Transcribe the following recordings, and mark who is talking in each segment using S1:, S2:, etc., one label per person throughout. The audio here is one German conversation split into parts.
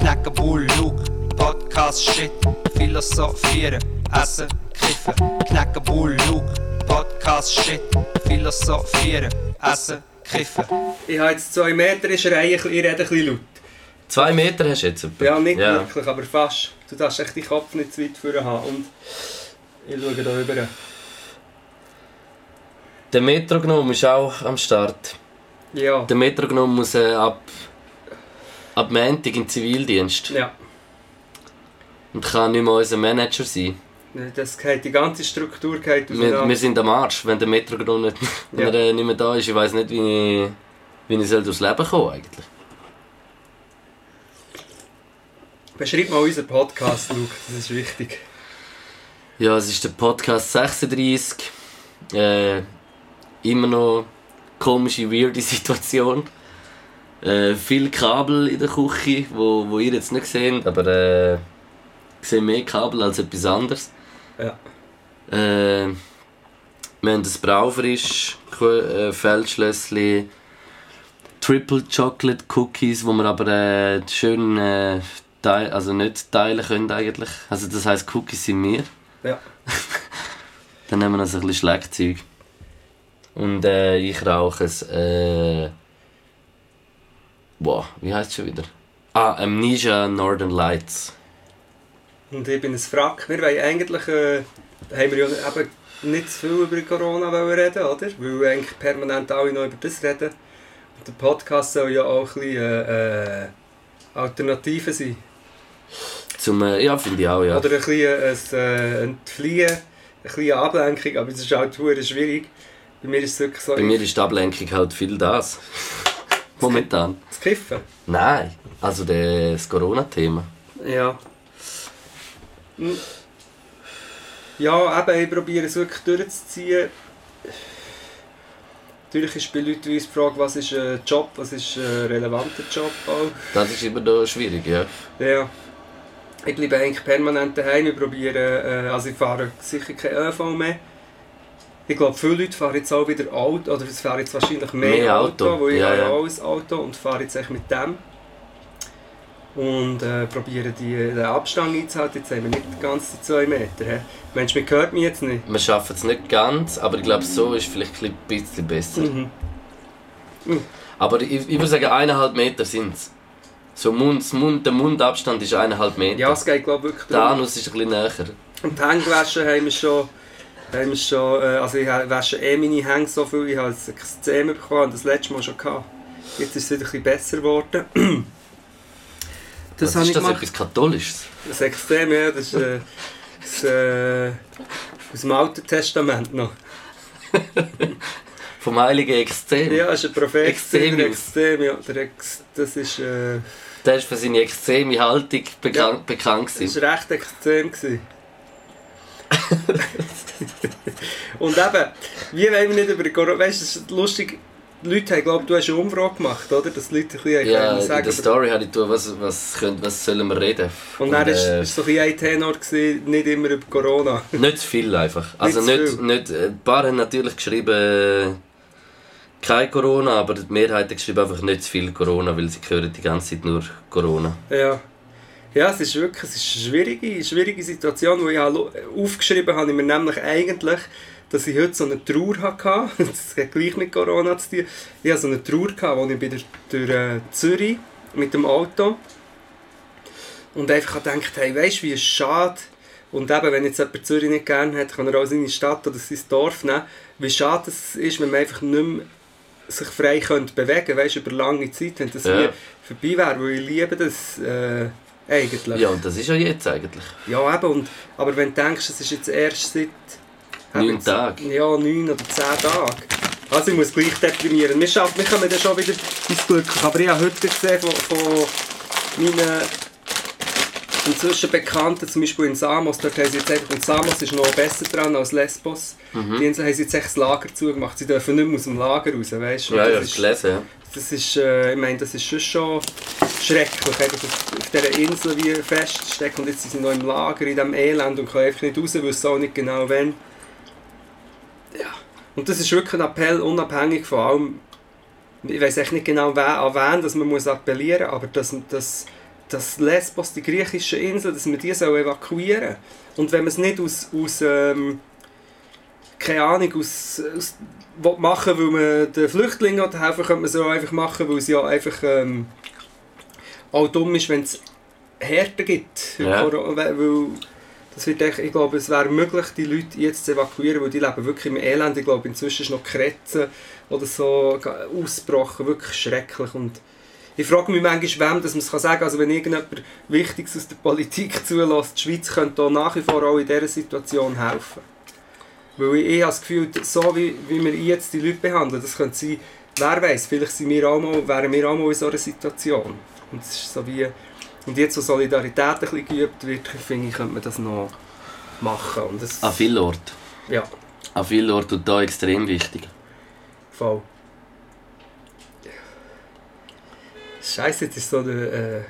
S1: snacken, Bull, Luke, Podcast, Shit, Philosophieren, Essen, Kiffen. Knacken, Bull, Luke, Podcast, Shit, Philosophieren, Essen, Kiffen.
S2: Ich habe jetzt 2 Meter, ich schreie, ich rede ein bisschen laut.
S3: Zwei Meter hast du jetzt etwa?
S2: Ja, nicht wirklich, aber fast. Du darfst echt deinen Kopf nicht zu weit vorne haben. Und ich schaue da rüber.
S3: Der Metronom ist auch am Start.
S2: Ja.
S3: Der Metronom muss äh, ab, ab Montag in den Zivildienst
S2: Ja.
S3: und kann nicht mehr unser Manager sein.
S2: Das geht, die ganze Struktur geht
S3: Wir,
S2: auseinander.
S3: wir sind am Arsch, wenn der Metronom nicht, wenn
S2: Ja.
S3: er, äh, nicht mehr da ist. Ich weiß nicht, wie ich, wie ich soll durchs Leben kommen eigentlich.
S2: Beschreib mal unseren Podcast, Luke, das ist wichtig.
S3: Ja, es ist der Podcast 36. Äh, immer noch komische, weirde Situation. Äh, viel Kabel in der Küche, wo, wo ihr jetzt nicht seht, aber äh, ich sehe mehr Kabel als etwas anderes.
S2: Ja.
S3: Äh, wir haben das Braufrisch, Kö- äh, Feldschlössli, Triple Chocolate Cookies, wo wir aber äh, schön äh, teil, also nicht teilen können eigentlich. Also das heißt Cookies sind wir.
S2: Ja.
S3: Dann nehmen wir noch so ein bisschen Schleckzeug. Und äh, ich rauche es. Äh, boah, wie heißt es schon wieder? Ah, Amnesia Northern Lights.
S2: Und ich bin ein Frack. Wir wollen eigentlich, äh, da haben wir ja eben nicht zu viel über Corona wollen reden, oder? Weil wir eigentlich permanent alle noch über das reden. Und der Podcast soll ja auch ein bisschen äh, äh, Alternative sein.
S3: Zum, äh, ja, finde ich auch, ja.
S2: Oder ein bisschen äh, ein, äh, Entfliehen, ein bisschen Ablenkung, aber das ist halt verdammt schwierig. Bei mir ist es wirklich so,
S3: Bei mir ist die Ablenkung halt viel das. Momentan.
S2: das Kiffen.
S3: Nein, also der- das Corona-Thema.
S2: Ja. Hm. Ja, eben, ich probiere es wirklich durchzuziehen. Natürlich ist bei Leuten wie uns die Frage, was ist ein Job, was ist ein relevanter Job auch.
S3: Das ist immer noch schwierig, ja.
S2: Ja. Ich bleibe eigentlich permanent daheim, ich probiere, äh, also ich fahre sicher kein ÖV mehr. Ich glaube, viele Leute fahren jetzt auch wieder Auto, oder es fahren jetzt wahrscheinlich mehr,
S3: Mehr
S2: Auto,
S3: Auto,
S2: weil ich
S3: ja,
S2: habe
S3: ja.
S2: auch ein Auto und fahre jetzt echt mit dem. Und äh, probiere die, den Abstand einzuhalten, jetzt haben wir nicht ganz die 2 Meter. He? Mensch, man hört mich jetzt nicht.
S3: Wir schaffen es nicht ganz, aber ich glaube, so ist vielleicht ein bisschen besser.
S2: Mhm.
S3: Aber ich, ich würde sagen, eineinhalb Meter sind es. So Mund, Mund, der Mundabstand ist eineinhalb Meter.
S2: Ja, es geht glaube ich wirklich
S3: Der
S2: darum.
S3: Anus ist ein bisschen näher.
S2: Und die Hände waschen haben wir schon. Haben wir schon äh, also ich wasche eh meine Hände so viel, ich habe jetzt ein Zähne bekommen und das letzte Mal schon gehabt. Jetzt ist es wieder ein bisschen besser geworden. Das
S3: Was
S2: habe ich
S3: ist das
S2: gemacht.
S3: etwas Katholisches?
S2: Das Extrem, ja, das ist äh, das, äh, aus dem Alten Testament noch.
S3: Vom heiligen Extrem.
S2: Ja, das ist ein Prophet.
S3: Extremius.
S2: Der Extrem, ja. Der Ex, das ist, äh,
S3: Der ist für seine extreme Haltung bekannt, bekannt
S2: das
S3: gewesen.
S2: ist recht extrem. Gewesen. Und eben, wie wollen wir nicht über Corona. Weißt du, es ist lustig, die Leute haben, glaube du hast eine Umfrage gemacht, oder? Dass die Leute ein bisschen
S3: Ja,
S2: haben
S3: in
S2: sagen.
S3: der Story hatte ich gedacht, was, was, können, was sollen wir reden.
S2: und dann war es
S3: äh,
S2: so ein bisschen ein Tenor, gewesen, nicht immer über Corona.
S3: Nicht zu viel einfach. Also
S2: zu
S3: nicht,
S2: viel.
S3: nicht, ein paar haben natürlich geschrieben, äh, kein Corona, aber die Mehrheit hat geschrieben einfach nicht zu viel Corona, weil sie hören die ganze Zeit nur Corona.
S2: Ja. Ja, es ist wirklich es ist eine schwierige, schwierige Situation, wo ich habe aufgeschrieben habe, ich mir nämlich eigentlich, dass ich heute so eine Trauer hatte, das hat gleich mit Corona zu tun, ich hatte so eine Trauer, hatte, wo ich bin durch, durch äh, Zürich mit dem Auto und einfach gedacht hey, weißt du, wie schade, und eben, wenn jetzt jemand Zürich nicht gerne hat, kann er auch seine Stadt oder sein Dorf nehmen, wie schade es ist, wenn man einfach nicht mehr sich frei könnte bewegen, weißt du, über lange Zeit, wenn das
S3: Ja.
S2: wie vorbei wäre, weil ich liebe das äh, eigentlich.
S3: Ja, und das ist ja jetzt eigentlich.
S2: Ja, eben. Und, aber wenn du denkst, es ist jetzt erst seit.
S3: Neun
S2: eben jetzt-
S3: Tage.
S2: Ja, neun oder zehn Tage. Also, ich muss gleich deprimieren. Wir, schaffen, wir kommen dann schon wieder ins Glück. Aber ich habe heute gesehen von, von meinen inzwischen Bekannten, zum Beispiel in Samos, dort haben sie jetzt einfach, und Samos ist noch besser dran als Lesbos.
S3: Mhm.
S2: Die Insel haben sie jetzt echt das Lager zugemacht. Sie dürfen nicht mehr aus dem Lager raus, weißt du?
S3: Ja,
S2: Und
S3: ja,
S2: das
S3: ich
S2: ist-
S3: gelesen. ja.
S2: das ist, äh, ich meine, das ist schon, schon schrecklich, eben, dass auf dieser Insel wie feststecken und jetzt sind sie noch im Lager, in diesem Elend und können einfach nicht raus, wissen auch nicht genau wann. Ja. Und das ist wirklich ein Appell, unabhängig von allem. Ich weiß echt nicht genau, wer, an wen dass man muss appellieren muss, aber dass, dass dass Lesbos, die griechische Insel, dass wir die sollen evakuieren Und wenn man es nicht aus, aus ähm, keine Ahnung, aus, aus will machen weil man den Flüchtlingen helfen will, könnte man es auch einfach machen, weil es ja einfach ähm, auch dumm ist, wenn es Härte gibt.
S3: Ja.
S2: Weil, weil das wird echt, ich glaube, es wäre möglich, die Leute jetzt zu evakuieren, weil die leben wirklich im Elend. Ich glaube, inzwischen ist noch Kretzen oder so ga- ausgebrochen, wirklich schrecklich. Und ich frage mich manchmal, wem dass man es kann sagen kann. Also wenn irgendjemand Wichtiges aus der Politik zulässt, die Schweiz könnte auch nach wie vor auch in dieser Situation helfen. Weil ich, ich habe das Gefühl, so wie, wie wir jetzt die Leute behandeln, das könnte sein, wer weiß, vielleicht sind wir auch mal, wären wir auch mal in so einer Situation. Und es ist so wie... Und jetzt, wo Solidarität ein bisschen geübt wird, finde ich, könnte man das noch machen. Und das,
S3: An vielen Orten.
S2: ja,
S3: An vielen Orten und da extrem wichtig.
S2: voll. Scheiße, jetzt ist so eine äh,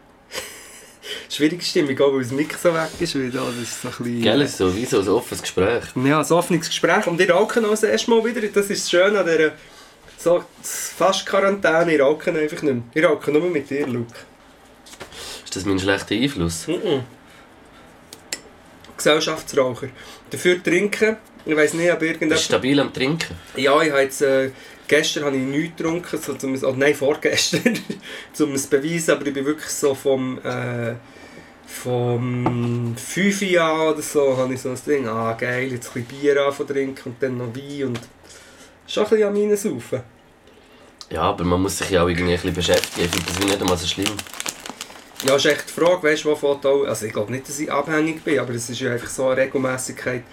S2: schwierige Stimmung, auch weil das Mic so weg ist. Weil da, das ist so ein bisschen, äh,
S3: Gell, es ist so wie so ein offenes Gespräch.
S2: Ja, ein offenes Gespräch. Und ihr rauchen auch das erste Mal wieder. Das ist das Schöne an dieser so, fast Quarantäne. Ihr rauchen einfach nicht mehr. Ihr rauchen nur mit dir, Luke.
S3: Ist das mein schlechter Einfluss?
S2: Mhm. Gesellschaftsraucher. Dafür trinken. Ich weiß nicht, ob
S3: Du bist
S2: irgendjemand...
S3: stabil am Trinken.
S2: Ja, ich habe jetzt... Äh, gestern habe ich nichts getrunken. So, zum, oh, nein, vorgestern. um es zu beweisen. Aber ich bin wirklich so vom... Äh, vom 5 Uhr an oder so habe ich so ein Ding. Ah, geil, jetzt ein bisschen Bier anfangen zu trinken und dann noch Wein und... Schon ein bisschen an meinen Saufen.
S3: Ja, aber man muss sich ja auch irgendwie ein bisschen beschäftigen. Ich finde das wie nicht einmal so schlimm.
S2: Ja, ist echt die Frage, weißt du, wo fährt auch. Also, ich glaube nicht, dass ich abhängig bin, aber es ist ja einfach so, eine Regelmäßigkeit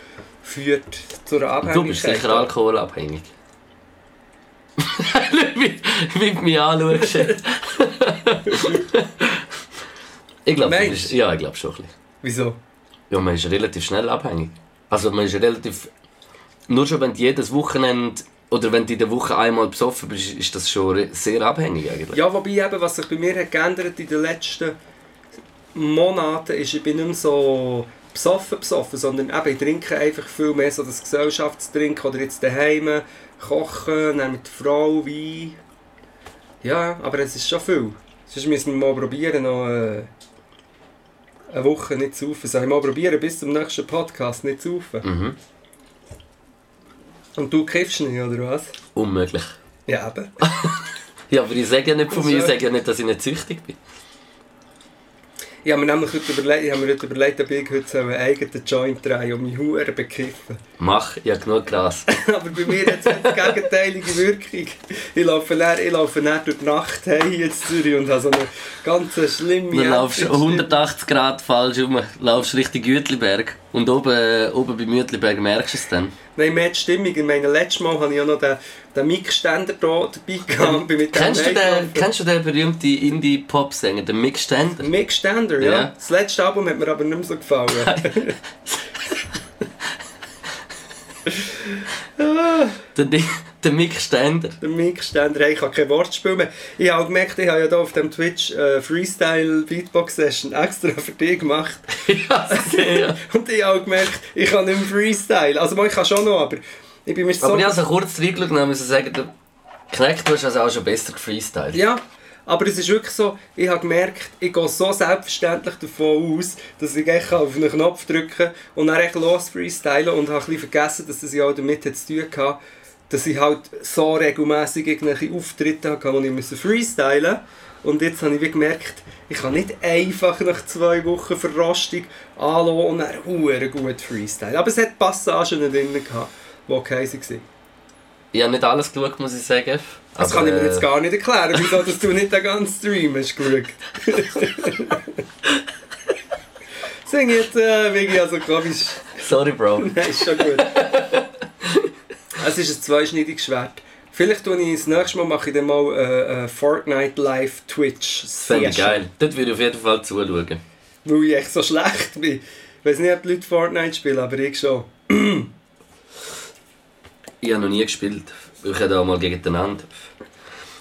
S2: führt zu einer
S3: Und
S2: Abhängigkeit.
S3: du bist sicher alkoholabhängig. wie, wie du mich anschaust. ich glaube, du
S2: Meinst
S3: bist- ja, ich glaube schon ein bisschen.
S2: Wieso?
S3: Ja, man ist relativ schnell abhängig. Also man ist relativ... Nur schon, wenn du jedes Wochenende oder wenn du in der Woche einmal besoffen bist, ist das schon re- sehr abhängig eigentlich.
S2: Ja, wobei eben, was sich bei mir hat geändert in den letzten Monaten ist, ich bin nicht mehr so besoffen, besoffen, sondern eben, ich trinke einfach viel mehr so das Gesellschaftstrinken oder jetzt daheim kochen, dann mit der Frau, Wein. Ja, aber es ist schon viel. Sonst müssen wir mal probieren, noch äh, eine Woche nicht zu saufen. Soll ich mal probieren, bis zum nächsten Podcast nicht zu saufen?
S3: Mhm.
S2: Und du kiffst nicht, oder was?
S3: Unmöglich.
S2: Ja, eben.
S3: Ja, aber ich sage ja nicht von mir, ich
S2: So.
S3: sage ja nicht, dass ich nicht süchtig bin.
S2: Ich habe mir nämlich heute überlegt, ich habe mir heute überlegt ob ich heute so einen eigenen Joint drehen und mich Huren bekiffen.
S3: Mach, ja genug Gras.
S2: Aber bei mir hat es die gegenteilige Wirkung. Ich laufe näher, ich laufe näher durch die Nacht hey, hier in Zürich und habe so eine ganz schlimme...
S3: Du laufst
S2: Herzensstimmung.
S3: 180 Grad falsch rum, laufst Richtung Uetliberg und oben, äh, oben bei Uetliberg merkst du es dann.
S2: Nein, mehr die Stimmung. Ich meine, letztes Mal habe ich ja noch den, den Mic-Ständer da dabei gehabt. Bin mit dem
S3: Kennst du, den,
S2: heimgelaufen.
S3: kennst du den berühmten Indie-Pop-Sänger, den Mick Ständer?
S2: Mick Ständer, ja.
S3: Ja.
S2: Das letzte Album hat mir aber nicht mehr so gefallen. Ah.
S3: Der, Di- der Mick Ständer.
S2: Der Mick Ständer, hey, ich kann kein Wortspiel mehr. Ich habe gemerkt, ich habe ja da auf dem Twitch äh, Freestyle Beatbox Session extra für dich gemacht.
S3: ja, sehr.
S2: Und ich habe gemerkt, ich kann nicht mehr Freestyle. Also, man, ich kann schon noch, aber ich bin mir so.
S3: Aber ich habe so kurz reingeschaut und musste sagen, der Knecht, du hast also auch schon besser gefreestylt.
S2: Ja, aber es ist wirklich so, ich habe gemerkt, ich gehe so selbstverständlich davon aus, dass ich echt auf einen Knopf drücken und dann echt los freestylen und habe ein bisschen vergessen, dass das ja auch damit hat zu tun hatte, dass ich halt so regelmässig irgendwelche Auftritte hatte, wo ich musste freestylen Und jetzt habe ich wie gemerkt, ich kann nicht einfach nach zwei Wochen Verrostung anlassen und dann verdammt gut freestylen. Aber es hat Passagen drin, gehabt, die okay waren.
S3: Ich habe nicht alles geschaut, muss ich sagen.
S2: Das
S3: Aber,
S2: kann ich mir jetzt
S3: äh,
S2: gar nicht erklären, wieso dass du nicht den ganzen Stream hast geschaut. Sing jetzt äh, Vicky, also komisch.
S3: Sorry, Bro.
S2: Nein, ist schon gut. es ist ein zweischneidiges Schwert. Vielleicht tue ich das nächste Mal mache ich dann mal äh, äh, Fortnite Live Twitch.
S3: Das fände ich geil. Dort würde ich auf jeden Fall zuschauen.
S2: Weil ich echt so schlecht bin. Ich weiß nicht, ob die Leute Fortnite spielen, aber ich schon.
S3: Ich habe noch nie gespielt. Ich habe auch mal gegeneinander.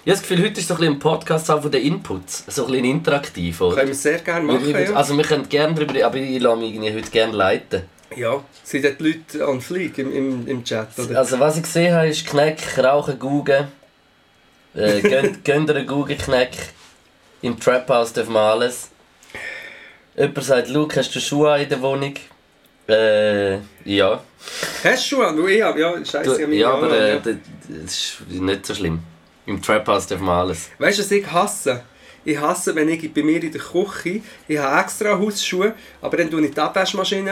S3: Ich habe das Gefühl, heute ist so ein bisschen ein Podcast auch von den Inputs. So ein bisschen interaktiv, oder?
S2: Können wir sehr gerne machen.
S3: Wir- wir-
S2: Ja,
S3: also wir können gerne darüber reden, aber ich lasse mich irgendwie heute gerne leiten.
S2: ja. sind dort die Leute on Fleek im, im, im Chat? Oder?
S3: Also was ich gesehen habe, ist Kneck, Rauchen, Gugen. Äh, gönnt, gönnt ihr einen Gugen-Kneck. Im Trap House dürfen wir alles. Jemand sagt, Luke, hast du Schuhe an in der Wohnung? Äh, ja.
S2: Hast du schon an? Ich hab, ja,
S3: Du,
S2: scheiße,
S3: ja, aber äh, das das ist nicht so schlimm. Im Trap House dürfen wir alles.
S2: Weißt du, was ich hasse? Ich hasse, wenn ich bei mir in der Küche, ich habe extra Hausschuhe, aber dann tue ich die Abwaschmaschine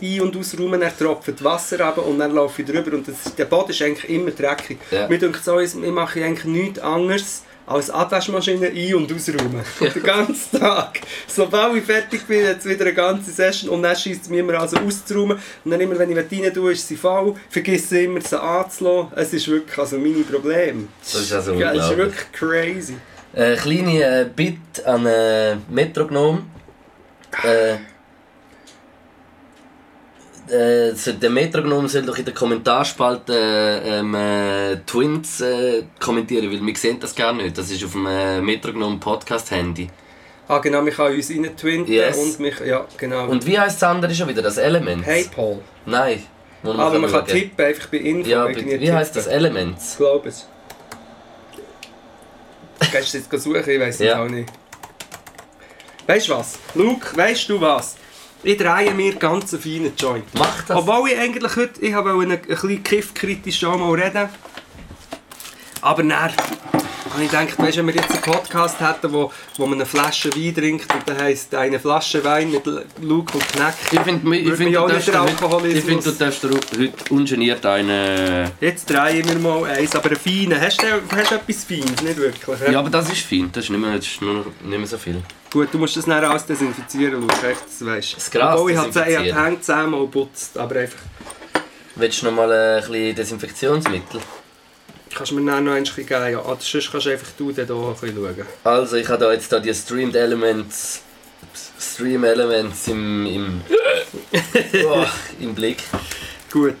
S2: ein- und ausräumen, dann tropft Wasser ab und dann laufe ich drüber und das, der Boden ist eigentlich immer dreckig.
S3: Ja.
S2: Mir denkt so, ich ich mache eigentlich nichts anderes als Abwaschmaschine ein- und ausräumen. Den ganzen Tag. Sobald ich fertig bin, jetzt wieder eine ganze Session und dann scheisst es mir immer also auszuräumen und dann immer, wenn ich rein tue, ist sie faul, vergesse immer, sie anzulassen. Es ist wirklich also mein Problem.
S3: Das ist also
S2: Ja, das ist
S3: unglaublich.
S2: wirklich crazy.
S3: Äh, kleine äh, Bitte an äh, Metronom. Äh, äh, so- der Metronom soll doch in der Kommentarspalte äh, ähm, äh, Twins äh, kommentieren, weil wir sehen das gar nicht. Das ist auf dem äh, Metronom Podcast Handy.
S2: Ah, genau, man kann uns rein twinten
S3: Yes.
S2: und mich. Ja, genau.
S3: Und wie heißt das andere schon wieder? Das Element?
S2: PayPal.
S3: Nein. Wo
S2: Aber Ah, man kann
S3: schauen.
S2: tippen, einfach bei Info.
S3: Ja,
S2: irgendwie
S3: aber wie
S2: tippen.
S3: heißt das Element?
S2: Ich glaube es. Kannst du jetzt suchen? Ich weiß es
S3: Ja.
S2: auch nicht. Weißt du was? Luke, weißt du was? Ich drehe mir ganz einen feinen Joint.
S3: Mach das.
S2: Obwohl ich eigentlich heute, ich wollte ein, ein bisschen kiffkritisch auch mal reden. Aber dann habe ich gedacht, weißt, wenn wir jetzt einen Podcast hätten, wo, wo man eine Flasche Wein trinkt und dann heisst eine Flasche Wein mit Luke und Knack.
S3: ich finde, ich
S2: Würde
S3: find,
S2: mich
S3: du,
S2: auch
S3: darfst
S2: nicht der
S3: da heute- ich find, du
S2: Alkoholismus.
S3: darfst da heute ungeniert einen... äh,
S2: Jetzt drehe ich mir mal eins, aber einen feinen. Hast du, hast du etwas Feines? Nicht wirklich.
S3: Ja, aber das ist fein, das ist nicht mehr, das ist nur noch nicht mehr so viel.
S2: Gut, du musst das nachher alles desinfizieren, Luke, echt, das weisst.
S3: Das Gras
S2: Obwohl, ich habe die ich habe die
S3: desinfizieren.
S2: Hände zehnmal geputzt, aber einfach...
S3: Willst du noch mal äh, ein bisschen Desinfektionsmittel?
S2: Kannst du mir nachher noch eins geben, ja. Oder sonst kannst du einfach du dann hier ein bisschen schauen.
S3: Also, ich habe da jetzt da die Streamed Elements... Stream Elements im... im... oh, im Blick.
S2: Gut.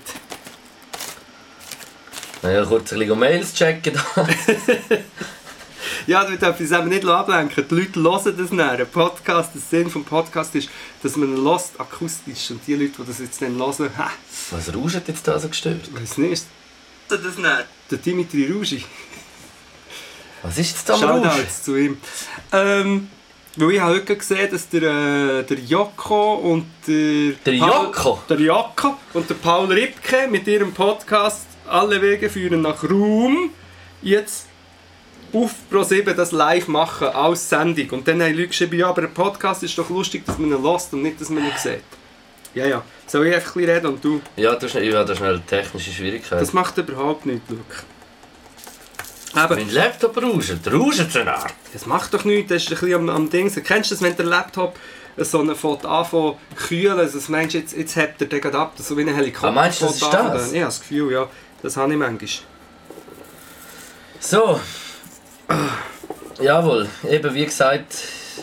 S3: Naja, kurz ein bisschen Mails checken da.
S2: Ja, du darfst uns eben nicht ablenken. Die Leute hören das nachher. Ein Podcast, der Sinn des Podcasts ist, dass man ihn hört, akustisch. Und die Leute, die das jetzt dann hören, hä,
S3: Was rauscht jetzt da so gestört?
S2: weiss nicht. Das ist nicht. Der Dimitri Rugi.
S3: Was ist jetzt da am Rauschen?
S2: Shoutouts zu ihm. Ähm, weil ich habe heute gesehen, dass der, äh, der Jocko und der...
S3: Der
S2: Paul-
S3: Jocko?
S2: Der Jocko und der Paul Ripke mit ihrem Podcast «Alle Wege führen nach Ruhm» jetzt auf Pro7 das live machen als Sendung. Und dann haben Leute geschrieben, ja, aber ein Podcast ist doch lustig, dass man ihn lässt und nicht, dass man ihn sieht. Ja, ja. Soll ich einfach ein bisschen reden und du?
S3: Ja, du schnell, ich habe da schnell technische Schwierigkeiten.
S2: Das macht überhaupt nichts, Luke. Aber
S3: Mein Laptop rauscht, rauscht schon Art.
S2: Das macht doch nichts, das ist ein bisschen am, am Ding. Kennst du das, wenn der Laptop so einen Foto anfängt zu kühlen? Also das meinst du, jetzt, jetzt hebt er den gerade ab, so wie ein Helikopter.
S3: Ah, meinst du, das ist
S2: fährt an.
S3: das?
S2: Ja, das Gefühl, ja. Das habe ich manchmal.
S3: So. Jawohl, eben wie gesagt,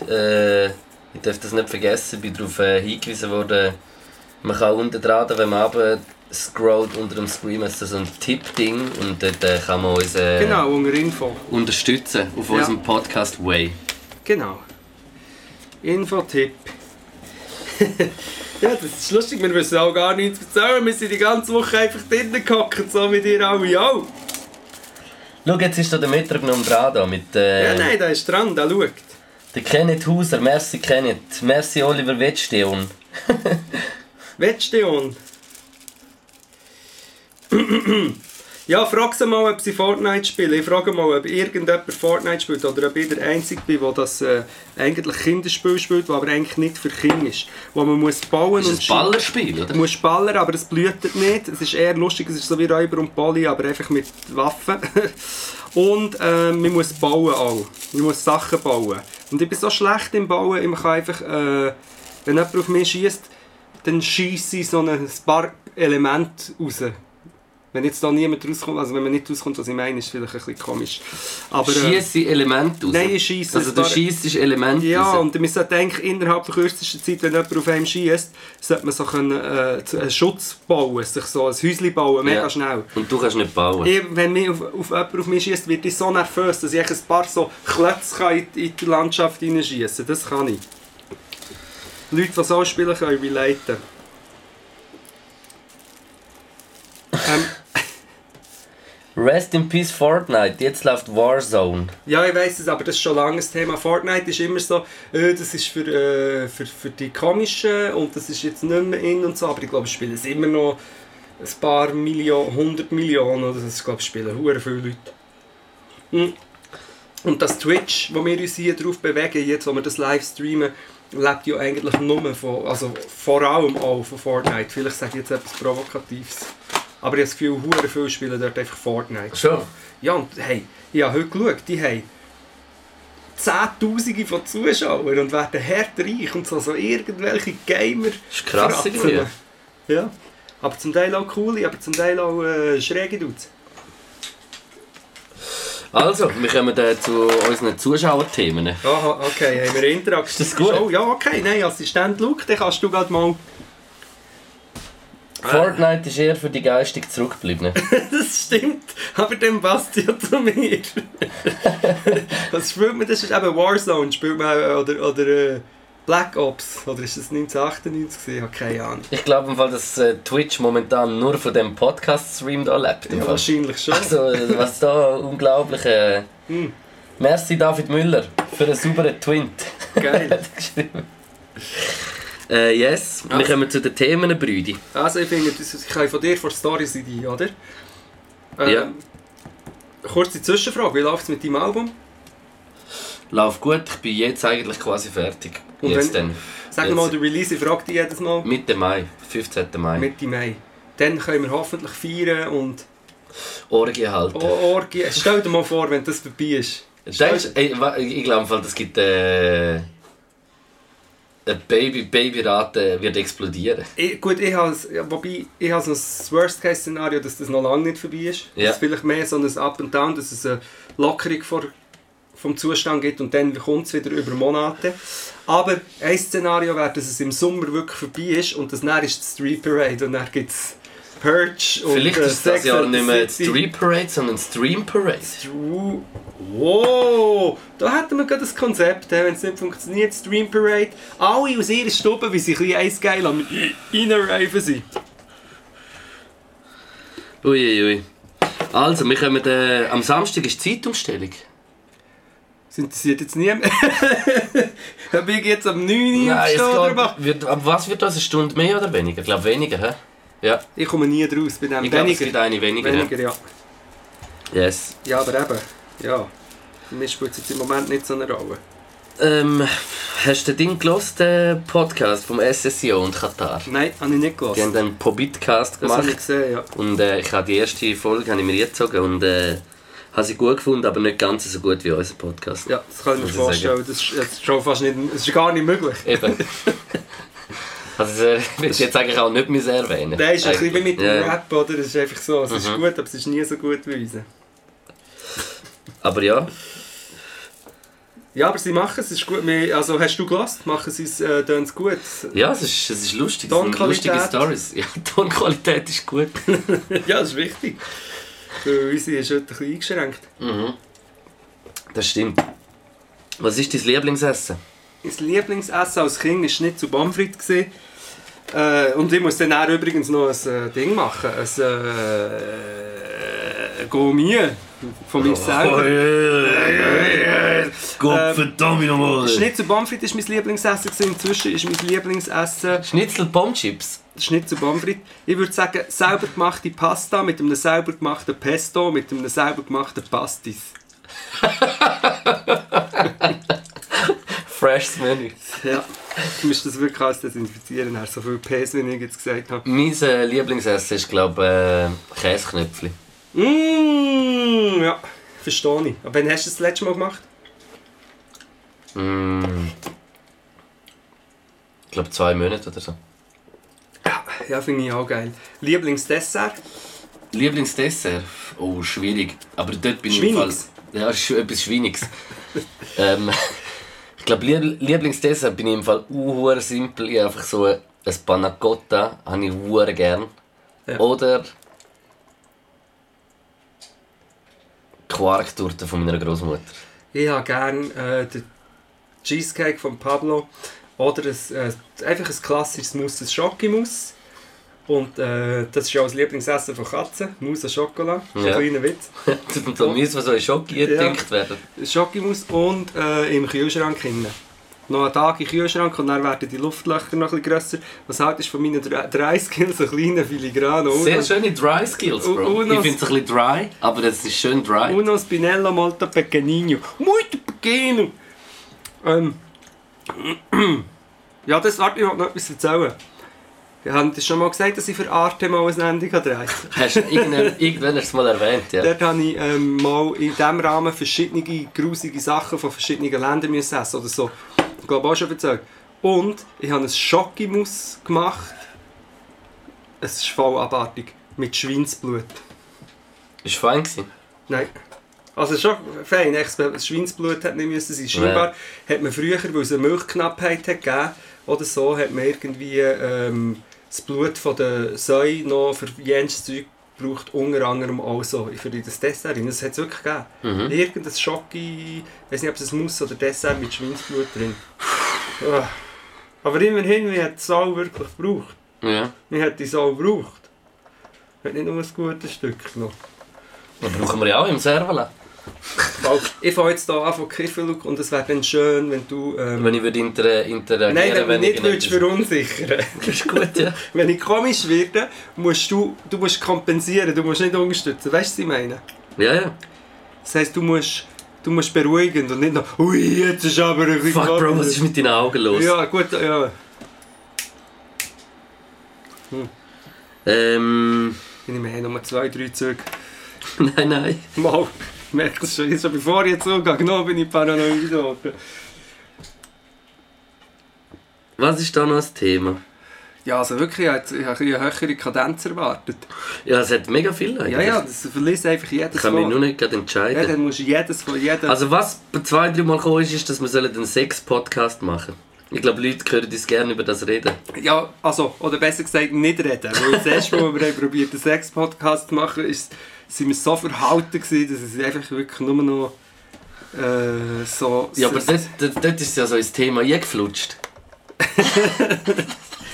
S3: äh, ich darf das nicht vergessen, ich bin darauf äh, hingewiesen worden, man kann unten dran, wenn man runter scrollt unter dem Screen, ist da so ein Tipp-Ding und dort äh, kann man uns äh,
S2: Genau, unter Info.
S3: unterstützen auf
S2: Ja.
S3: unserem Podcast Way.
S2: Genau. Infotipp. ja, das ist lustig, wir wissen auch gar nichts erzählen. Wir sind die ganze Woche einfach drinnen gehockt, so wie ihr alle auch.
S3: Schau, jetzt ist da der Metronom dran da mit äh,
S2: Ja, nein, da ist dran, da schaut.
S3: der Kenneth Hauser, merci Kenneth, merci Oliver Wettsteon.
S2: Wettsteon. ja, frag sie mal, ob sie Fortnite spielen. Ich frage mal, ob irgendjemand Fortnite spielt oder ob ich der Einzige bin, der das äh, eigentlich Kinderspiel spielt, das aber eigentlich nicht für Kinder ist. Wo man muss bauen
S3: Das
S2: und
S3: ist ein
S2: schießen.
S3: Ballerspiel, oder?
S2: Du musst ballern, aber es blutet nicht. Es ist eher lustig, es ist so wie Räuber und Polly, aber einfach mit Waffen. und ähm, man muss bauen auch. Man muss Sachen bauen. Und ich bin so schlecht im Bauen, ich kann einfach, äh, wenn jemand auf mich schießt, dann schieße ich so ein paar Elemente raus. Wenn jetzt da niemand rauskommt, also wenn man nicht rauskommt, was ich meine, ist vielleicht ein bisschen komisch. Aber, äh,
S3: Schiesse Element raus.
S2: Nein, ich schiesse
S3: Also
S2: ein
S3: du
S2: paar-
S3: schiessest Element
S2: ja,
S3: raus.
S2: und man sollte eigentlich innerhalb der kürzesten Zeit, wenn jemand auf einem schießt, sollte man so können, äh, zu- einen Schutz bauen, sich so ein Häuschen bauen, mega
S3: Ja.
S2: schnell.
S3: Und du kannst nicht bauen.
S2: Ich, wenn mich auf, auf jemand auf mich schießt, werde ich so nervös, dass ich echt ein paar so Klötze kann in, die- in die Landschaft hineinschießen Das kann ich. Leute, die so spielen, können relaten. Ähm,
S3: Rest in Peace Fortnite, jetzt läuft Warzone.
S2: Ja, ich weiß es, aber das ist schon lange ein Thema. Fortnite ist immer so, äh, das ist für, äh, für, für die Komischen und das ist jetzt nicht mehr in und so. Aber ich glaube, es spielen es immer noch ein paar Millionen, 100 Millionen oder so. Ich glaube, es spielen hure viele Leute. Mhm. Und das Twitch, wo wir uns hier drauf bewegen, jetzt, wo wir das live streamen, lebt ja eigentlich nur von, also vor allem auch von Fortnite. Vielleicht sage ich jetzt etwas Provokatives. Aber ich habe das Gefühl, hure viele spielen dort einfach Fortnite.
S3: Schon?
S2: Ja, und hey, ich habe heute geschaut, die haben Zehntausende von Zuschauern und werden hart reich und so, so irgendwelche Gamer.
S3: Das ist krass
S2: Fratzeln.
S3: irgendwie.
S2: Ja. Aber zum Teil auch coole, aber zum Teil auch äh, schräge Dudes.
S3: Also, wir kommen dann zu unseren Zuschauerthemen.
S2: Aha, okay, haben wir Interaktion.
S3: Ist das gut?
S2: Oh, ja, okay, nein, Assistent Luke, dann kannst du gerade mal...
S3: Fortnite ist eher für die geistig Zurückgebliebenen.
S2: Das stimmt, aber dem passt ja zu mir. Was spielt man? Das ist eben Warzone, spielt man äh, oder, oder äh, Black Ops, oder ist das 1998 gewesen? Ich habe keine Ahnung.
S3: Ich glaube im Fall, dass äh, Twitch momentan nur von dem Podcast-Stream da lebt. im
S2: Ja,
S3: Fall.
S2: wahrscheinlich schon.
S3: Also, äh, was da unglaublich. Äh,
S2: Hm.
S3: Merci David Müller für einen sauberen Twint.
S2: Geil.
S3: Äh, yes, wir
S2: Also.
S3: kommen zu den Themen, Brüdi.
S2: Also ich finde, das- ich kann von dir vor Stories Idee, oder? Ehm,
S3: Ja.
S2: Kurze Zwischenfrage, wie läuft es mit deinem Album?
S3: Lauf gut, ich bin jetzt eigentlich quasi fertig.
S2: Und
S3: jetzt
S2: wenn-
S3: dann.
S2: Sag
S3: Jetzt.
S2: mal den Release, ich frage dich jedes Mal.
S3: Mitte Mai, 15. Mai.
S2: Mitte Mai. Dann können wir hoffentlich feiern und
S3: Orgie halten.
S2: Oh, Orgie. Stell dir mal vor, wenn das vorbei ist.
S3: Denkst, ey, wa- ich glaube, im Fall, das gibt. Äh, eine Baby, Babyrate wird explodieren.
S2: Ich, gut, ich habe ja, wobei ich habe so ein Worst-Case-Szenario, dass das noch lange nicht vorbei ist.
S3: Ja.
S2: Dass vielleicht mehr so ein Up and Down, dass es eine Lockerung vor, vom Zustand gibt und dann kommt es wieder über Monate. Aber ein Szenario wäre, dass es im Sommer wirklich vorbei ist und das dann ist die Street Parade und dann gibt es Purge und
S3: Vielleicht
S2: äh,
S3: ist das
S2: Sex
S3: ja
S2: and the
S3: nicht mehr
S2: City.
S3: Street Parade, sondern Stream Parade.
S2: Stru- Wow, da hätten wir gerade das Konzept, wenn es nicht funktioniert, Stream Parade. Alle aus ihrer Stube, wie sie ein bisschen eisgeil am Reinreifen sind.
S3: Uiuiui. Also, wir kommen äh, am Samstag ist die Zeitumstellung.
S2: Das interessiert jetzt niemand. Ob ich jetzt am 9 Uhr
S3: es
S2: aufstehe oder mache.
S3: geht, wird, ab was wird das? Eine Stunde mehr oder weniger? Ich glaube weniger, hä? Ja,
S2: Ich komme nie draus bei dem.
S3: ich glaube es gibt eine weniger.
S2: weniger, ja.
S3: Ja. Yes.
S2: Ja, aber eben, ja. Für mich spielt es jetzt im Moment nicht so eine Rolle.
S3: Ähm, hast du den Ding gelost, den Podcast vom SSIO und Katar?
S2: Nein, habe ich nicht
S3: Die haben
S2: gelassen.
S3: einen Pobitcast
S2: Das habe ich
S3: gemacht
S2: gesehen, ja.
S3: und äh, ich habe die erste Folge habe ich mir gezogen und äh, habe sie gut gefunden, aber nicht ganz so gut wie unser Podcast.
S2: Ja, das kann ich mir
S3: Muss ich sagen.
S2: vorstellen. Das ist, das ist schon fast nicht, das ist gar nicht möglich.
S3: Eben. also, äh, willst du jetzt eigentlich auch nicht mehr erwähnen.
S2: Der ist ein bisschen wie mit dem
S3: Ja.
S2: Rap, oder? Das ist einfach so. Es ist gut, aber es ist nie so gut wie unser.
S3: Aber ja,
S2: Ja, aber sie machen es, es ist gut. Wir, also hast du gelassen? Machen sie es, äh, tun es gut.
S3: ja es, ist, es ist lustig. Es sind
S2: Tonqualität.
S3: lustige Stories. Ja, die Tonqualität ist gut.
S2: ja, das ist wichtig. Weil unsere ist heute ein bisschen eingeschränkt.
S3: Das stimmt. Was ist dein Lieblingsessen?
S2: Mein Lieblingsessen als Kind war nicht zu Bonfrit. gewesen. Äh, und ich muss dann auch übrigens noch ein äh, Ding machen. Ein äh, Gourmet von mir selber. Ähm,
S3: Gott verdammt nochmal!
S2: Schnitzel Bonfrit war mein Lieblingsessen. gewesen. Inzwischen ist mein Lieblingsessen
S3: Schnitzel Bombchips.
S2: Schnitzel Bonfrit. Ich würde sagen, selber gemachte Pasta mit einem selber gemachten Pesto, mit einem selber gemachten Pastis.
S3: Fresh Menü.
S2: Ja. Du musst das wirklich alles desinfizieren, hast so viel PS, wie ich jetzt gesagt habe.
S3: Mein äh, Lieblingsessen ist, glaube ich, äh, Käseknöpfli.
S2: Mmh, ja, verstehe ich. Aber wann hast du das letzte Mal gemacht?
S3: Mm. Ich glaube, zwei Monate oder so.
S2: Ja, finde ich auch geil. Lieblingsdessert?
S3: Lieblingsdessert? Oh, schwierig. Aber dort bin
S2: Schweinigs.
S3: ich im Fall... Ja, sch etwas Schweiniges. ähm, ich glaube, Lieb Lieblingsdessert bin ich im Fall uhr simpel. Ich einfach so ein Panna Cotta habe ich uhr gern.
S2: Ja.
S3: Oder... Quarktorte von meiner Großmutter.
S2: Ich habe gerne äh, den Cheesecake von Pablo oder ein, äh, einfach ein klassisches Mousse, ein Schokimus. Und äh, das ist ja auch das Lieblingsessen von Katzen, Maus und Schokolade.
S3: Ja.
S2: Ja. Kleiner Witz.
S3: da müssen wir so in Schocke gedüngt werden.
S2: Schokimus und äh, im Kühlschrank hinten. Noch einen Tag im Kühlschrank und dann werden die Luftlöcher noch ein bisschen grösser. Was haltest du von meinen drei drei Skills, so kleinen Filigranen?
S3: Sehr
S2: Uno,
S3: schöne Dry Skills, Bro.
S2: U- Unos-
S3: Ich finde es ein bisschen dry, aber es ist schön dry.
S2: Uno Spinello molto pequeño. Muito pequeno! Ähm. Ja, das warte, ich wollte noch etwas erzählen. Ich habe dir schon mal gesagt, dass ich für Arte mal ein Ende drehen kann.
S3: Hast du irgendwann, irgendwann hast du es mal erwähnt, ja.
S2: Dort habe ich ähm, mal in diesem Rahmen verschiedene grusige Sachen von verschiedenen Ländern müssen essen oder so. Ich glaube auch schon erzählt. Und ich habe ein Schokimus gemacht. Es ist voll abartig. Mit Schweinsblut.
S3: Ist fein gewesen.
S2: Nein. Also schon fein, echt, das Schweinsblut hätte nicht müssen sein. Scheinbar hat man früher, weil es eine Milchknappheit hat gegeben oder so, hat man irgendwie ähm, das Blut von der Säu noch für jenes Zeug gebraucht, unter anderem auch so für das Dessert. Und Das hat es wirklich gegeben.
S3: Hm? Mhm.
S2: Irgendein Schocke, ich weiß nicht, ob es ein Mousse oder Dessert mit Schweinsblut drin. Ah. Aber immerhin, man hat die Sau wirklich gebraucht.
S3: Ja.
S2: Man hat die Sau gebraucht. Man hat nicht nur ein gutes Stück genommen.
S3: Das brauchen wir ja auch im Servola.
S2: Weil ich fange jetzt hier an von Kiffeluk und es wäre dann schön, wenn du... Ähm,
S3: Wenn ich würde inter interagieren
S2: nein, wenn du nicht würdest
S3: für
S2: verunsichern.
S3: ist gut, ja.
S2: wenn ich komisch werde, musst du, du musst kompensieren, du musst nicht unterstützen. Weißt du, was ich meine?
S3: Ja, ja.
S2: Das heisst, du musst, du musst beruhigen und nicht noch «Ui, jetzt ist aber ein bisschen
S3: Fuck, Bro, was ist mit deinen Augen los?
S2: Ja, gut, ja.
S3: Ähm.
S2: Ich nehme noch mal zwei, drei Züge.
S3: Nein, nein.
S2: Mal, ich merke es schon, jetzt schon bevor ich jetzt zugehe, genau bin ich paranoid geworden.
S3: Was ist da noch das Thema?
S2: Ja, also wirklich, ich habe jetzt- ich habe eine höhere Kadenz erwartet.
S3: Ja, es hat mega viel eigentlich.
S2: Ja, ja, das verliest einfach
S3: Ich
S2: jedes
S3: kann mich
S2: Wort.
S3: nur nicht gerade
S2: Ja,
S3: entscheiden.
S2: dann musst du jedes von jedem.
S3: Also was bei zwei, drei Mal gekommen ist, ist, dass wir sollen einen Sex-Podcast machen Ich glaube, Leute hören uns gerne über das reden.
S2: ja, also, oder besser gesagt, nicht reden. Weil das erste Mal, als wir haben probiert einen Sex-Podcast zu machen, ist, sind wir so verhalten, gewesen, dass es einfach wirklich nur noch äh, so.
S3: Ja, aber dort, dort, dort ist ja so ein Thema eingeflutscht.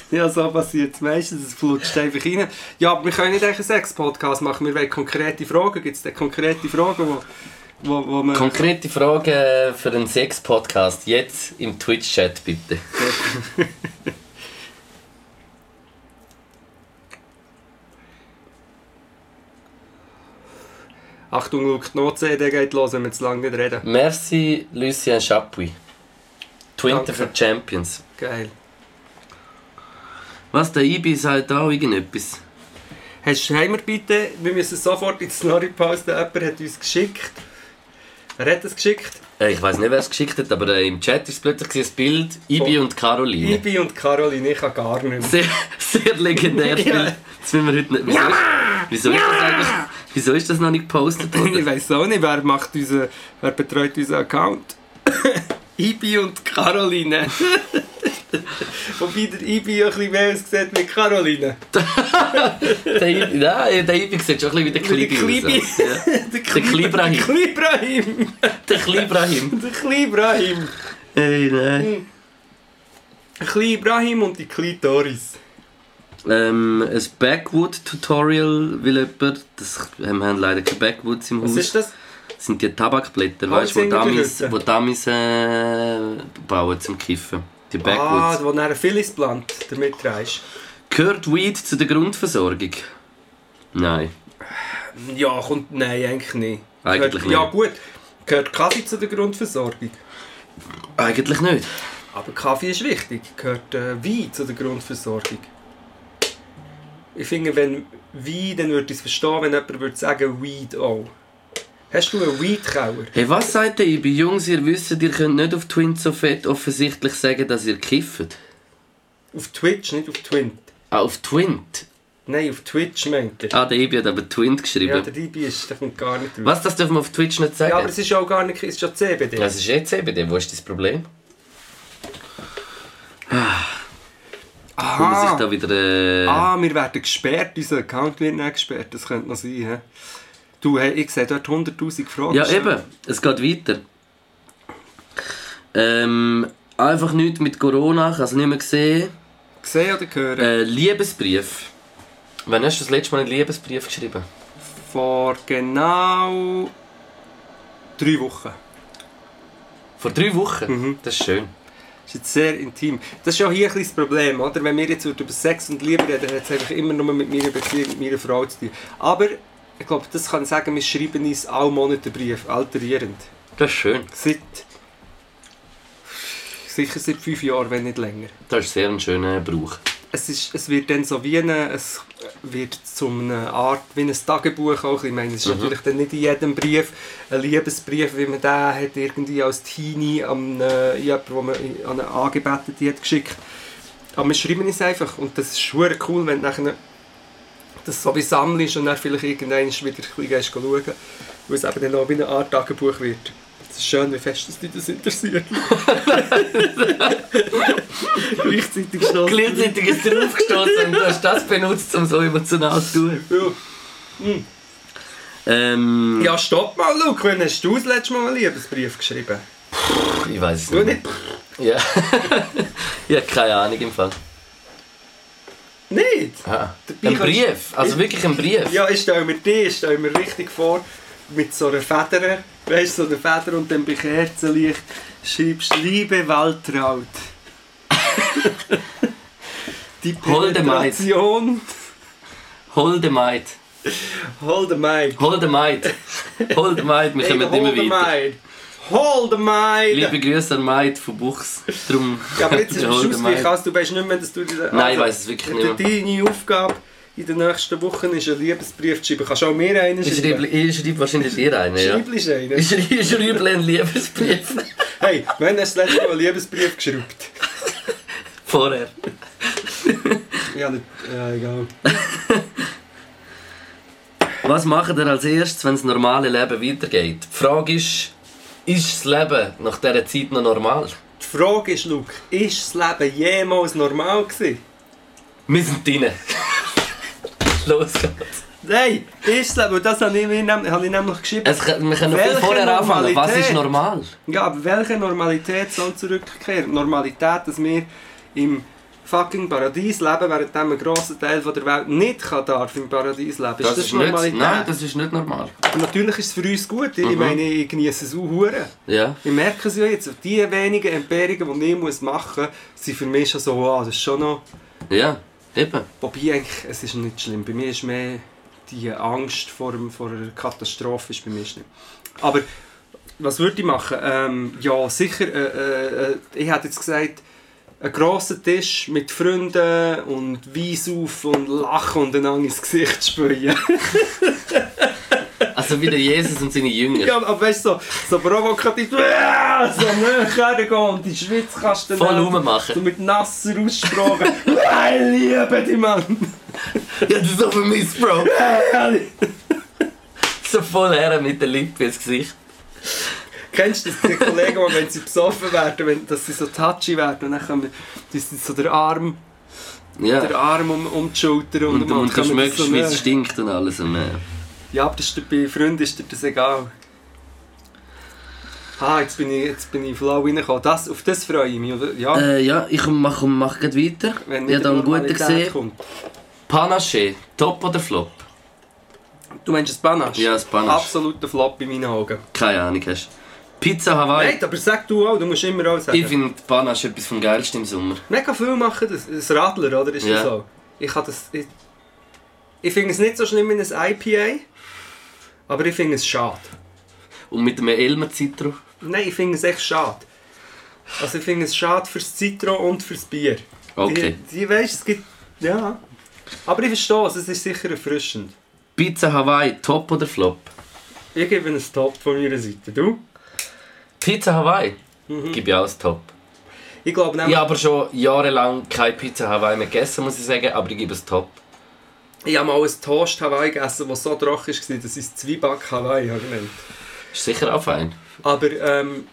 S2: ja, so passiert es meistens. Es flutscht einfach rein. Ja, aber wir können nicht einfach einen Sex-Podcast machen. Wir wollen konkrete Fragen. Gibt es denn konkrete Fragen, wo, wo, wo man.
S3: Konkrete Frage für einen Sex-Podcast. Jetzt im Twitch-Chat bitte.
S2: Achtung, Luke, die Not-CD geht los, wenn wir zu lange nicht reden.
S3: Merci Lucien Chapuis. Twitter
S2: Danke.
S3: für Champions.
S2: Geil.
S3: Was, der Ibi sagt auch irgendetwas?
S2: Hast du haben wir bitte, wir müssen sofort ins Snorri posten, jemand hat uns geschickt. Er hat es geschickt.
S3: Äh, Ich weiß nicht, wer es geschickt hat, aber äh, im Chat ist plötzlich ein Bild Ibi
S2: Von-
S3: und Caroline.
S2: Ibi und Caroline, ich kann gar nicht mehr.
S3: Sehr, sehr legendäres
S2: Ja.
S3: Bild. Das müssen wir heute nicht. Wieso, wieso, ist das eigentlich, wieso ist das noch nicht gepostet
S2: Ich
S3: worden?
S2: weiß auch nicht, wer, macht unseren, wer betreut unseren Account. Ibi und Caroline. Wobei der Ibi auch ein bisschen mehr aussieht wie Caroline.
S3: Der Ibi- Nein, der Ibi sieht schon ein bisschen wie der
S2: Wie der
S3: Klibi aus. Ja.
S2: Der
S3: Klebrahim.
S2: Der Klebrahim.
S3: Der Klibrahim.
S2: Der Klebrahim.
S3: Ey, nein.
S2: Der Klebrahim und die Klitoris.
S3: Ähm, ein Backwood-Tutorial will jemand. Das, wir haben leider keine Backwoods im
S2: Was
S3: Haus.
S2: ist das?
S3: Das sind die Tabakblätter, weißt du, wo Dummies, wo Dummies äh, bauen zum Kiffen. Die
S2: Ah,
S3: Backwoods.
S2: wo dann ein Philippsplant damit trägst.
S3: Gehört Weed zu der Grundversorgung? Nein.
S2: Ja, kommt, nein, eigentlich nicht.
S3: Eigentlich
S2: gehört, Ja
S3: nicht.
S2: gut, gehört Kaffee zu der Grundversorgung.
S3: Eigentlich nicht.
S2: Aber Kaffee ist wichtig, gehört äh, Wein zu der Grundversorgung. Ich finde, wenn Wein, dann würde ich es verstehen, wenn jemand würde sagen Weed auch. Hast du einen Weedkeller?
S3: Hey, was sagt ihr? Bei Jungs, ihr wisst, ihr könnt nicht auf Twint so fett offensichtlich sagen, dass ihr kifft.
S2: Auf Twitch, nicht auf Twint.
S3: Ah, auf Twint?
S2: Nein, auf Twitch meint er.
S3: Ah, der Ibi hat aber Twint geschrieben.
S2: Ja, der DB ist, der kommt gar nicht drauf.
S3: was, das dürfen wir auf Twitch nicht sagen?
S2: Ja, aber es ist auch gar nicht, es ist ja CBD.
S3: Das ist jetzt eben der, wo ist das Problem? Kommt sich
S2: Aha.
S3: da wieder... Äh,
S2: Ah, wir werden gesperrt, unser Account wird nicht gesperrt, das könnte noch sein. He? Du, hey, ich sehe dort 100'000 Fragen.
S3: ja, eben. Es geht weiter. Ähm, einfach nichts mit Corona, ich habe es nicht mehr gesehen.
S2: Gesehen oder gehört?
S3: Äh, Liebesbrief. Wann hast du das letzte Mal einen Liebesbrief geschrieben?
S2: Vor genau drei Wochen.
S3: Vor drei Wochen?
S2: Mhm.
S3: Das ist schön.
S2: Das ist jetzt sehr intim. Das ist ja hier ein bisschen das Problem, oder? Wenn wir jetzt über Sex und Liebe reden, hat es einfach immer nur mit meiner Beziehung, mit meiner Frau zu tun. Aber ich glaube, das kann ich sagen, wir schreiben uns alle Monate einen Brief, alterierend.
S3: Das ist schön.
S2: Seit. sicher seit fünf Jahren, wenn nicht länger.
S3: Das ist sehr ein schöner Brauch.
S2: Es, ist, es wird dann so wie eine, es wird zum eine Art, wie ein Tagebuch auch. Ich meine, es ist natürlich dann nicht in jedem Brief ein Liebesbrief, wie man den hat irgendwie als Teenie an äh, jemanden, wo man an eine Angebetete hat geschickt. Aber wir schreiben es einfach und das ist schwer cool, wenn du nachher das so wie sammelst und dann vielleicht irgendwann wieder ein bisschen gehst schauen, weil es eben dann auch wie eine Art Tagebuch wird. Es ist schön, wie fest dass dich das interessiert. Gleichzeitig schon.
S3: Gleichzeitig ist er aufgestoßen und du hast das benutzt, um so emotional zu tun.
S2: Ja.
S3: Ähm,
S2: Ja, stopp mal, Luke, wann hast du das letzte Mal einen Liebesbrief geschrieben?
S3: ich weiß es
S2: Du
S3: nicht. mehr.
S2: nicht?
S3: Ja. ich habe keine Ahnung im Fall.
S2: Nicht?
S3: Ah.
S2: Dabei
S3: Ein
S2: kannst-
S3: Brief? Also wirklich ein Brief?
S2: Ja, ich stelle mir die, ich stelle mir richtig vor, mit so einer Feder, weißt du, so einer Feder und dann bei Kerzenlicht schreibst du, liebe Waltraud. Die
S3: Holde Maid.
S2: Penetration.
S3: Hold the might.
S2: Holde Maid.
S3: Hold the might. Hold the might. Wir kommen immer
S2: Holde
S3: weiter.
S2: Maid. Holde Maid.
S3: Liebe Grüße an Maid von Buchs. Drum
S2: Ja, aber jetzt ist es
S3: Hold the
S2: ausgeglichen,
S3: Maid.
S2: also du weißt nicht mehr, dass du diese...
S3: Nein, ich weiß es
S2: Also,
S3: wirklich nicht mehr.
S2: Deine Aufgabe in den nächsten Wochen ist, einen Liebesbrief zu schreiben. Kannst du auch mir einen
S3: Ich schreibe,
S2: schreiben?
S3: ich schreibe wahrscheinlich dir einen, ja.
S2: Schreiblich einen.
S3: Ich schreibe, ich schreibe einen Liebesbrief.
S2: Hey, wann hast du das letzte Mal einen Liebesbrief geschraubt?
S3: Vorher.
S2: Ja, nicht, ja, egal.
S3: Was macht ihr als erstes, wenn das normale Leben weitergeht? Die Frage ist, ist das Leben nach dieser Zeit noch normal?
S2: Die Frage ist, Luke, ist das Leben jemals normal gewesen?
S3: Wir sind drin. Los geht's.
S2: Nein, ist das Leben, und das habe ich, mir nämlich, habe ich nämlich geschrieben.
S3: Es, kann- wir können noch viel
S2: Welche
S3: vorher anfangen. Was ist
S2: Normalität?
S3: normal?
S2: Ja, aber welche Normalität soll zurückkehren? Normalität, dass wir im fucking Paradies leben, während ein grosser Teil von der Welt nicht kann darf im Paradies leben. Ist das, Normalität?
S3: nicht, nein, das ist nicht normal.
S2: Aber Natürlich ist es für uns gut. Ich
S3: Mhm.
S2: meine, ich genieße es auch hure.
S3: Ja.
S2: Ich merke es ja jetzt. Die wenigen Empfehlungen, die ich muss machen muss, sind für mich schon so, wow, das ist schon noch...
S3: Ja, eben.
S2: Wobei eigentlich, es ist nicht schlimm. Bei mir ist mehr die Angst vor, dem- vor einer Katastrophe ist bei mir schlimm. Aber was würde ich machen? Ähm, ja, sicher, äh, äh, äh, ich hätte jetzt gesagt, einen grossen Tisch mit Freunden und Weiss auf und lachen und einander ins Gesicht spucken.
S3: Also wieder Jesus und seine Jünger.
S2: ja, aber weißt du, so, so provokativ, äh, so näher hergehen und die Schwitzkasten
S3: Voll
S2: nehmen, so
S3: rummachen.
S2: mit nasser Aussprache. ich liebe dich, Mann!
S3: Ja, das ist auch für mich, Bro. So voll her mit der Lippe ins Gesicht.
S2: Kennst du das, die Kollegen, die, wenn sie besoffen werden, wenn, dass sie so touchy werden und dann kommen, dass sie so der Arm, der
S3: Ja.
S2: Arm um, um die Schulter
S3: Und, und,
S2: um
S3: du
S2: kommen sie
S3: schmeckst, wie es
S2: näher.
S3: stinkt und alles. Und, äh,
S2: Ja, aber das ist, dir- bei Freunden ist dir das egal. Ah, jetzt bin ich, jetzt bin ich flau reingekommen. Das, auf das freue ich mich. oder? Ja,
S3: Äh, ja, ich mache mach gleich weiter.
S2: Ah. wenn
S3: ich
S2: nicht
S3: habe einen guten
S2: Normalität
S3: gesehen.
S2: kommt.
S3: Panache, top oder flop?
S2: Du meinst das Panache?
S3: Ja, das Panache.
S2: Absoluter Flop in meinen Augen.
S3: Keine Ahnung hast. Pizza Hawaii.
S2: Ah, Nein, aber sag du auch, du musst immer alles sagen.
S3: ich finde Panache etwas vom Geilsten im Sommer.
S2: Mega viel machen das. Das Radler, oder? Ist
S3: Ja.
S2: das so? Ich habe das. Ich, ich finde es nicht so schlimm wie ein IPA, aber ich finde es schade.
S3: Und mit einem Elmer Zitro.
S2: Nein, ich finde es echt schade. Also ich finde es schade fürs Zitro und fürs Bier.
S3: Okay.
S2: Die, die weißt, es gibt. Ja. Aber ich verstehe es, es ist sicher erfrischend.
S3: Pizza Hawaii, top oder flop?
S2: Ich gebe ein Top von meiner Seite. Du?
S3: Pizza Hawaii?
S2: Mhm.
S3: Gib ich auch ein Top.
S2: Ich glaube nämlich.
S3: Ich habe aber schon jahrelang keine Pizza Hawaii mehr gegessen, muss ich sagen, aber ich gebe es top.
S2: Ich habe mal einen Toast Hawaii gegessen, der so trocken war, dass ich es Zwieback Hawaii habe genannt
S3: Ist sicher auch fein.
S2: Aber ähm,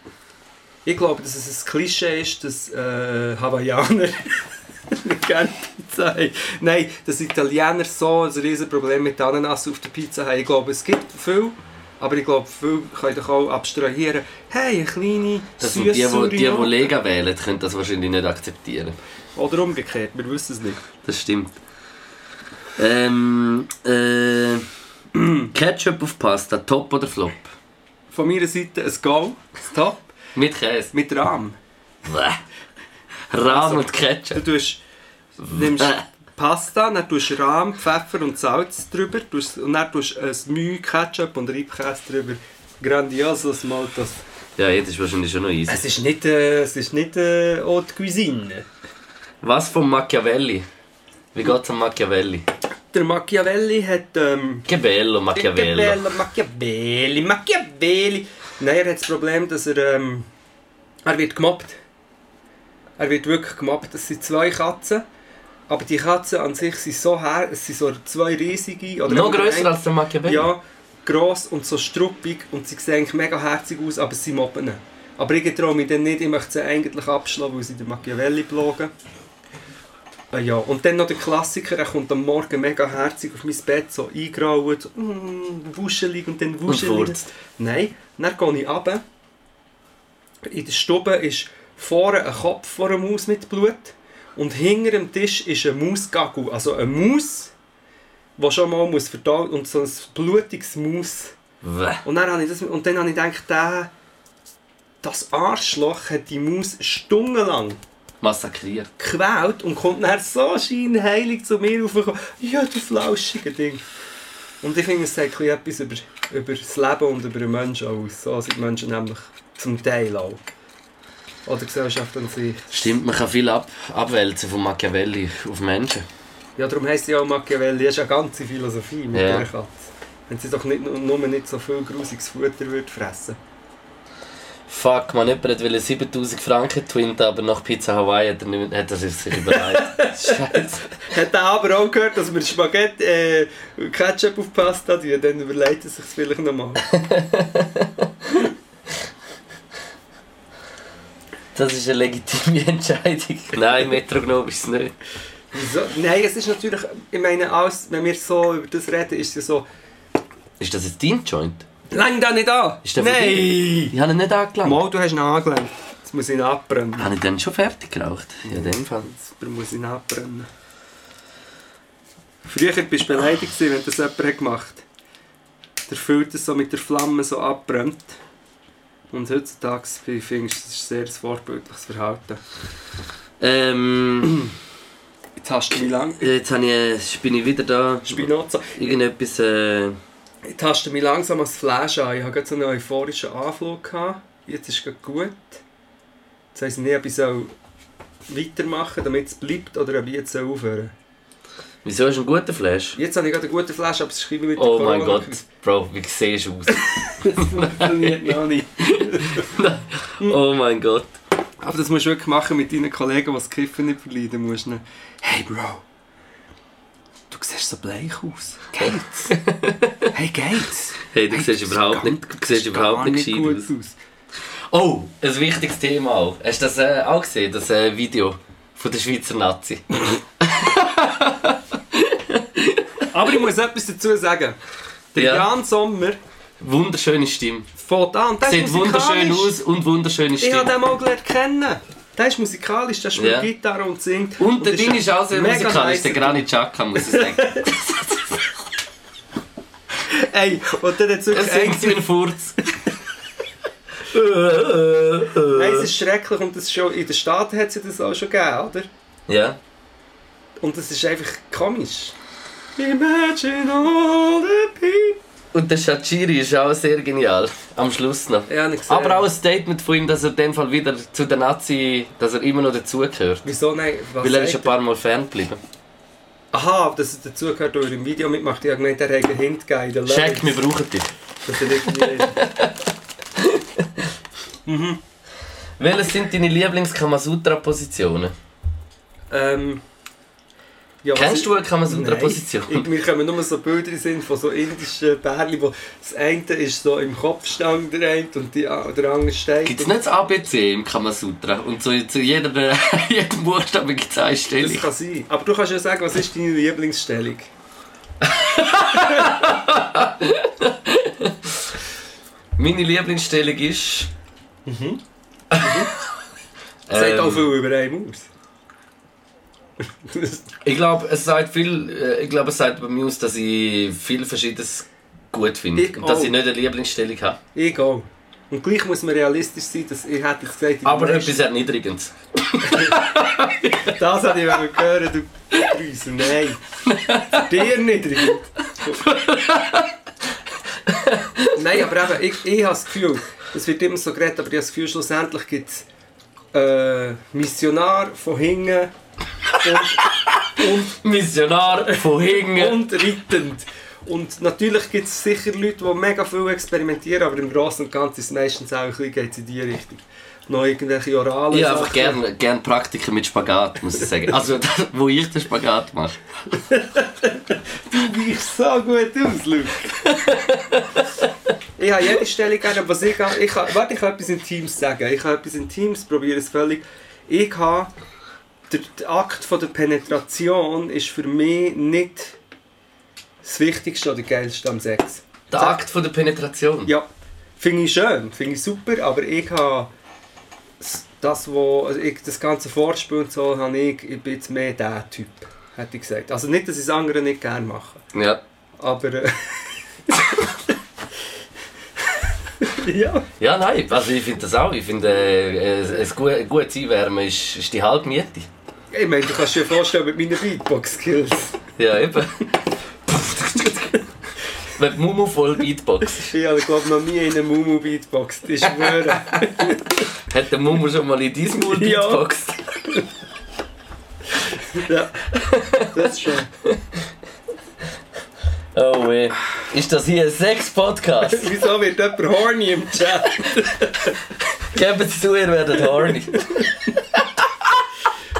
S2: ich glaube, dass es ein Klischee ist, dass äh, Hawaiianer nicht gerne Pizza haben. Nein, dass Italiener so ein riesen Problem mit Ananas auf der Pizza haben. Ich glaube, es gibt viel, aber ich glaube, viel können doch auch abstrahieren. Hey, eine kleine,
S3: Das sind die, die, die, die
S2: Note.
S3: Lega wählen, können das wahrscheinlich nicht akzeptieren.
S2: Oder umgekehrt, wir wissen es nicht.
S3: Das stimmt. Ähm, äh, Ketchup auf Pasta, top oder flop?
S2: Von meiner Seite ein Go, ein Top,
S3: Mit Käse.
S2: mit Rahm.
S3: Bäh. Rahm
S2: Also,
S3: und
S2: Du
S3: Ketchup.
S2: tust, nimmst
S3: Bäh.
S2: Pasta, dann tust du Rahm, Pfeffer und Salz drüber tust, und dann tust du ein Mühe, Ketchup und Reibkäse drüber. Grandiosos Maltos.
S3: Ja, jetzt ist wahrscheinlich schon noch easy.
S2: Es ist nicht, äh, es ist nicht äh, Haute Cuisine.
S3: Was von Machiavelli? Wie geht's am Machiavelli?
S2: Der Machiavelli hat... Ähm,
S3: Che bello Machiavello.
S2: Machiavello, Machiavelli, Machiavelli. Nein, er hat das Problem, dass er... Ähm, er wird gemobbt. Er wird wirklich gemobbt. Es sind zwei Katzen. Aber die Katzen an sich sind so her... Es sind so zwei riesige... Oder
S3: Noch
S2: oder
S3: grösser
S2: ein-
S3: als der Machiavelli?
S2: Ja, gross und so struppig. Und sie sehen eigentlich mega herzig aus, aber sie mobben ihn. Aber ich traue mich dann nicht. Ich möchte sie eigentlich abschlagen, weil sie den Machiavelli plagen. Äh, Ja, und dann noch der Klassiker, er kommt am Morgen mega herzig auf mein Bett, so eingraut, so mm, wuschelig und dann wuschelig.
S3: furzt.
S2: Nein, dann gehe ich runter. In der Stube ist vorne ein Kopf vor einer Maus mit Blut und hinter dem Tisch ist ein Mausgagel, also eine Maus, die schon mal muss verdaut und so ein blutiges Maus.
S3: Bäh.
S2: Und dann habe ich, das, und dann habe ich gedacht, der, das Arschloch hat die Maus stundenlang
S3: Massakriert.
S2: gequält und kommt dann so scheinheilig zu mir raufgekommen. Ja, du flauschiger Ding. Und ich finde, es sagt ein bisschen etwas über, über das Leben und über den Menschen aus. So sind die Menschen nämlich zum Teil auch. Oder die Gesellschaft an sich.
S3: Stimmt, man kann viel ab abwälzen von Machiavelli auf Menschen.
S2: Ja, darum heisst sie auch Machiavelli. Das ist eine ganze Philosophie mit
S3: Ja.
S2: dieser Katze. Wenn sie doch nicht, nur- nur nicht so viel grusiges Futter würde fressen
S3: Fuck, man, jemand wollte 7000 Franken twinten, aber nach Pizza Hawaii hat er, nicht, hat er sich überlegt. Scheiße.
S2: Hat er aber auch gehört, dass wir Spaghetti, äh, Ketchup auf Pasta tun, dann überlegt er sich es vielleicht nochmal.
S3: Das ist eine legitime Entscheidung. Nein, Metronom ist es nicht.
S2: Wieso? Nein, es ist natürlich, ich meine, alles, wenn wir so über das reden, ist es ja so,
S3: Ist das jetzt dein Joint?
S2: lang da nicht an!
S3: Ist der von
S2: Nein!
S3: Ich habe ihn nicht angelangt.
S2: Mal, du hast ihn angelenkt. Jetzt muss ich ihn abbrennen.
S3: Habe ich dann schon fertig geraucht? Ja, in dem Fall.
S2: Jetzt muss ich ihn abbrennen. Früher bist du beleidigt, gewesen, wenn das jemand hat gemacht hat. Der füllt es so mit der Flamme so abbrennt. Und heutzutage findest du, das ist ein sehr vorbildliches Verhalten.
S3: Ähm,
S2: Jetzt hast du wie lang?
S3: jetzt habe ich, äh, bin ich wieder da.
S2: Spinoza.
S3: Irgendetwas. Äh,
S2: Ich taste mich langsam ans Flash an. Ich hatte gerade so einen euphorischen Anflug. Gehabt. Jetzt ist es gerade gut. Jetzt heisst nicht, ob ich soll weitermachen damit es bleibt oder ob ich jetzt soll aufhören
S3: wieso ist ein guter Flash?
S2: Jetzt habe ich gerade einen guten Flash, aber es ist ein bisschen mit der
S3: Oh mein Gott,
S2: Corona-Krise.
S3: Bro, wie siehst du aus?
S2: Das funktioniert noch nicht.
S3: oh mein Gott.
S2: Aber das musst du wirklich machen mit deinen Kollegen, die das Kiffen nicht verleiden musst. ne? Hey Bro, du siehst so bleich aus. Geht's? hey, geht's?
S3: Hey, du siehst
S2: das
S3: überhaupt
S2: geht-
S3: nicht, du
S2: das
S3: siehst
S2: geht
S3: überhaupt
S2: gar
S3: nicht gescheit
S2: gut
S3: aus.
S2: aus.
S3: Oh, ein wichtiges Thema auch. Hast du das äh, auch gesehen, das äh, Video von der Schweizer Nazi?
S2: Aber ich muss etwas dazu sagen. Der
S3: Ja.
S2: Jan Sommer
S3: Wunderschöne Stimme.
S2: fährt an. Der ist
S3: Sieht wunderschön
S2: musikalisch.
S3: aus und wunderschöne
S2: Ich habe
S3: Stimme.
S2: den mal gelernt kennen. Der ist musikalisch, der spielt
S3: Ja.
S2: Gitarre und singt.
S3: Und der Ding ist auch sehr
S2: mega
S3: musikalisch, der
S2: nicer
S3: Granit Xhaka, muss ich sagen.
S2: Typ. Ey, und dann hat es
S3: Es
S2: wirklich
S3: singt wie
S2: ein-
S3: ein Furz.
S2: Nein, es ist schrecklich und das ist schon, in den Staaten hat es ja das auch schon gegeben, oder?
S3: Ja.
S2: Und das ist einfach komisch. Imagine all the people.
S3: Und der Shachiri ist auch sehr genial. Am Schluss noch.
S2: Ja, nicht gesehen.
S3: Aber auch ein Statement von ihm, dass er in dem Fall wieder zu den Nazi, dass er immer noch dazugehört.
S2: Wieso nein? Was
S3: Weil er ist ein
S2: sagt
S3: paar Mal ferngeblieben.
S2: Aha, dass es dazugehört, weil er im Video mitmacht. Ich habe gemeint, er hat einen Hint gegeben.
S3: Check, wir brauchen dich.
S2: Dass er irgendwie...
S3: Welches sind deine Lieblings-Kamasutra-Positionen?
S2: Ähm, ja, was
S3: Kennst
S2: ich-
S3: du eine
S2: Nein.
S3: Kamasutra-Position?
S2: Ich- Mir kommen nur so Bilder in den Sinn von so indischen Pärchen, wo das eine ist so im Kopfstang der eine und die, a- der andere steht.
S3: Gibt es nicht das ABC im Kamasutra? Und so zu jeder, jedem Buchstaben gibt es eine
S2: Das
S3: Stellung.
S2: kann sein. Aber du kannst ja sagen, was ist deine Lieblingsstellung?
S3: Meine Lieblingsstellung ist.
S2: Das sagt auch
S3: Ähm,
S2: viel über einen aus.
S3: Ich glaube, es sagt viel, äh, ich glaube, es sagt bei mir aus, dass ich viel Verschiedenes gut finde.
S2: Ich
S3: und dass ich
S2: auch.
S3: nicht eine Lieblingsstellung habe.
S2: ich auch. Und gleich muss man realistisch sein, dass ich hätte jetzt gesagt, ich
S3: Aber
S2: möchte-
S3: etwas erniedrigendes.
S2: das hätte ich wollen hören, du Grüße. Nein. Dir nicht. Rick. Nein, aber eben, ich, ich habe das Gefühl, es wird immer so geredet, aber ich habe das Gefühl, schlussendlich gibt es äh, Missionar von hinten
S3: Missionar von hinten.
S2: und reitend. Und natürlich gibt es sicher Leute, die mega viel experimentieren, aber im Großen und Ganzen ist es meistens auch ein bisschen geht's in die Nou, Richtung. Noch irgendwelche oralen
S3: Ich habe einfach
S2: Sachen.
S3: gerne gern Praktiken mit Spagat, muss ich sagen. Also, das, wo ich den Spagat mache.
S2: Du weichst so gut aus, Luke. ich habe jede Stelle gerne, aber was ich habe, ich habe, warte, ich kann etwas in Teams sagen. Ich habe etwas in Teams, probiere es völlig. Ich habe, der, der Akt von der Penetration ist für mich nicht das Wichtigste oder Geilste am Sex.
S3: Der Akt von der Penetration.
S2: Ja, finde ich schön, finde ich super, aber ich habe s- das, wo, also ich, das ganze Vorspiel und so, habe ich, ich bin jetzt mehr der Typ, hätte ich gesagt. Also nicht, dass ich es anderen nicht gerne mache.
S3: Ja.
S2: Aber. Äh, ja.
S3: Ja, nein, also ich finde das auch. Ich finde, äh, äh, ein gu- gutes Einwärmen ist, ist die halbe Miete.
S2: Ich meine, du kannst dir vorstellen mit meinen Beatbox-Skills.
S3: Ja, eben. Wenn die Mumu voll Beatbox.
S2: Ich habe, glaube noch nie in einem Mumu beatboxt. Ich schwöre.
S3: Hat der Mumu schon mal in deinem Mund
S2: Ja.
S3: Beatboxt?
S2: ja. Das schon.
S3: Oh weh. Ist das hier ein Sex-Podcast?
S2: Wieso wird jemand horny im Chat?
S3: Gebt es zu, ihr werdet horny.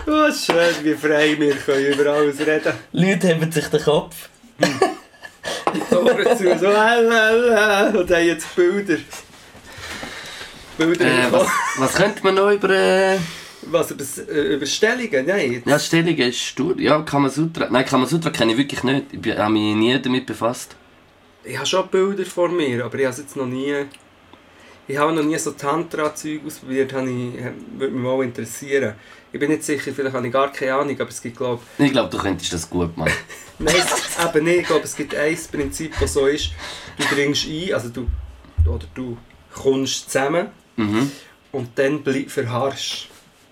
S2: Oh, schön, wie frei wir können über alles reden.
S3: Leute haben sich den Kopf.
S2: Die Ohren zu, so äh, äh, äh, und haben jetzt Bilder. Bilder im
S3: Äh, was,
S2: Kopf.
S3: was könnte man noch über... Äh,
S2: Was, über, das- äh, über Stellungen? Nein.
S3: ja, Stellung ist stur. Ja, Kamasutra. Nein, Kamasutra kenne ich wirklich nicht. Ich bin- habe mich nie damit befasst.
S2: Ich habe schon Bilder vor mir, aber ich habe es jetzt noch nie. Ich habe noch nie so Tantra-Zeug ausprobiert, habe ich, ähm, würde mich mal interessieren. Ich bin nicht sicher, vielleicht habe ich gar keine Ahnung, aber es gibt, glaube
S3: Ich glaube, du könntest das gut machen.
S2: ich, nein, es- eben nicht, ich glaube, es gibt ein Prinzip, das so ist, du dringst ein, also du, oder du kommst zusammen
S3: Mhm.
S2: und dann bleib, verharrst.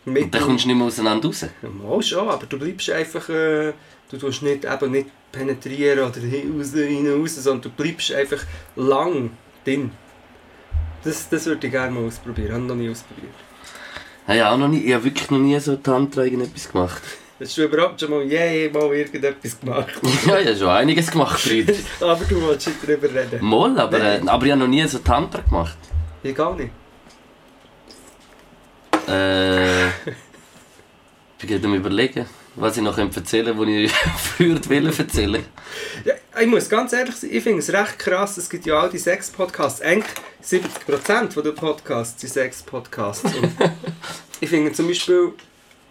S2: Mit
S3: Und dann kommst du nicht mehr auseinander raus.
S2: Ja, mal schon, aber du bleibst einfach, äh, du tust nicht, eben nicht penetrieren oder hin- raus, rein, raus, sondern du bleibst einfach lang Dus, drin. Das, das würde ich gerne mal ausprobieren, habe ich noch nie ausprobiert.
S3: Hey, auch noch nie, ich habe wirklich noch nie so Tantra irgendetwas gemacht.
S2: Hast du überhaupt schon mal je mal irgendetwas gemacht?
S3: ja, ich habe schon einiges gemacht, Frieder.
S2: aber du wolltest nicht darüber reden.
S3: Moll, aber, äh, aber ich habe noch nie so Tantra gemacht.
S2: Ich gar nicht.
S3: Äh, ich bin gerade am überlegen, was ich noch erzählen könnte, was ich früher wollte erzählen.
S2: Ja, ich muss ganz ehrlich sein, ich finde es recht krass, es gibt ja all die Sex-Podcasts, eigentlich 70% von den Podcasts sind Sex-Podcasts. Und ich finde zum Beispiel,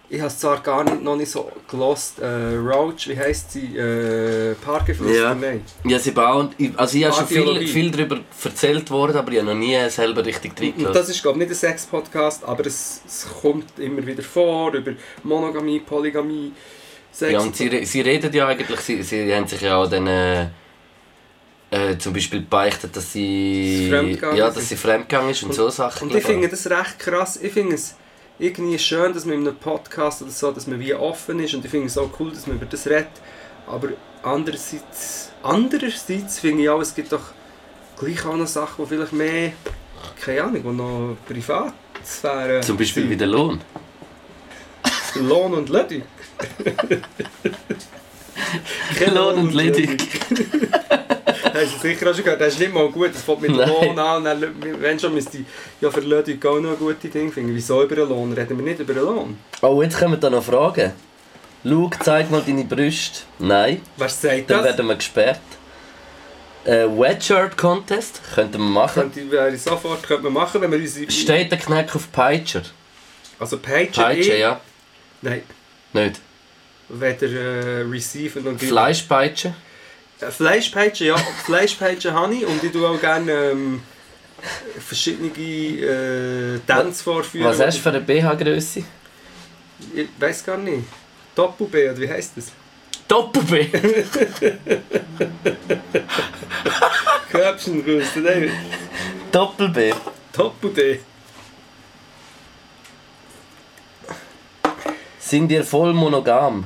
S2: ich habe es zwar gar nicht, noch nicht so gelost, äh, Roach, wie heisst sie, äh, Parkgeflüster,
S3: Ja.
S2: nein.
S3: Ja, sie bauen, ich- also ich habe schon viel,
S2: Archäologie.
S3: viel darüber erzählt worden, aber ich habe noch nie selber richtig drin
S2: Und das ist glaube ich nicht ein Sex-Podcast, aber es, es kommt immer wieder vor, über Monogamie, Polygamie, Sex.
S3: Ja, und sie, re- sie reden ja eigentlich, sie, sie haben sich ja auch dann äh, äh, zum Beispiel beichtet, dass sie,
S2: Dass sie fremdgegangen
S3: ja, dass
S2: sind.
S3: sie fremdgegangen ist und, so Sachen.
S2: Und ich
S3: glaub
S2: finde das recht krass. Ich finde es irgendwie schön, dass man in einem Podcast oder so, dass man wie offen ist und ich finde es auch cool, dass man über das redet. Aber andererseits, andererseits finde ich auch, es gibt doch gleich auch noch Sachen, die vielleicht mehr, keine Ahnung, die noch Privatsphäre
S3: Zum Beispiel wie der Lohn.
S2: sind. Lohn und Ledig. Kein
S3: Lohn und Ledig.
S2: Hast du sicher auch schon gehört, das ist nicht mal gut, das fängt mit dem
S3: Nein.
S2: Lohn an, dann, wenn schon müsste ich ja für Leute auch noch gute Dinge finden. Wieso über den Lohn? Reden wir nicht über den Lohn.
S3: Oh, jetzt kommen da noch Fragen. Luke, zeig mal deine Brüste. Nein,
S2: Wer sagt
S3: dann
S2: das?
S3: werden wir gesperrt. Äh, Wetshirt Contest könnten wir machen.
S2: Könnte, wäre ich sofort könnte man machen, wenn wir unsere...
S3: Steht der Knack auf Peitscher?
S2: Also Peitsche,
S3: Peitsche,
S2: eh-
S3: ja.
S2: Nein,
S3: Nicht.
S2: weder äh, Receiver und...
S3: Fleischpeitsche?
S2: Äh, Fleischpeitsche, ja. Fleischpeitsche habe ich und ich tue auch gerne ähm, verschiedene äh, Tänze vorführen.
S3: Was hast du für eine BH-Größe?
S2: Ich weiß gar nicht. Doppel-B, oder wie heisst das?
S3: Doppel-B!
S2: Köpfchen raus, David.
S3: Doppel-B.
S2: Doppel-D.
S3: Sind ihr voll monogam?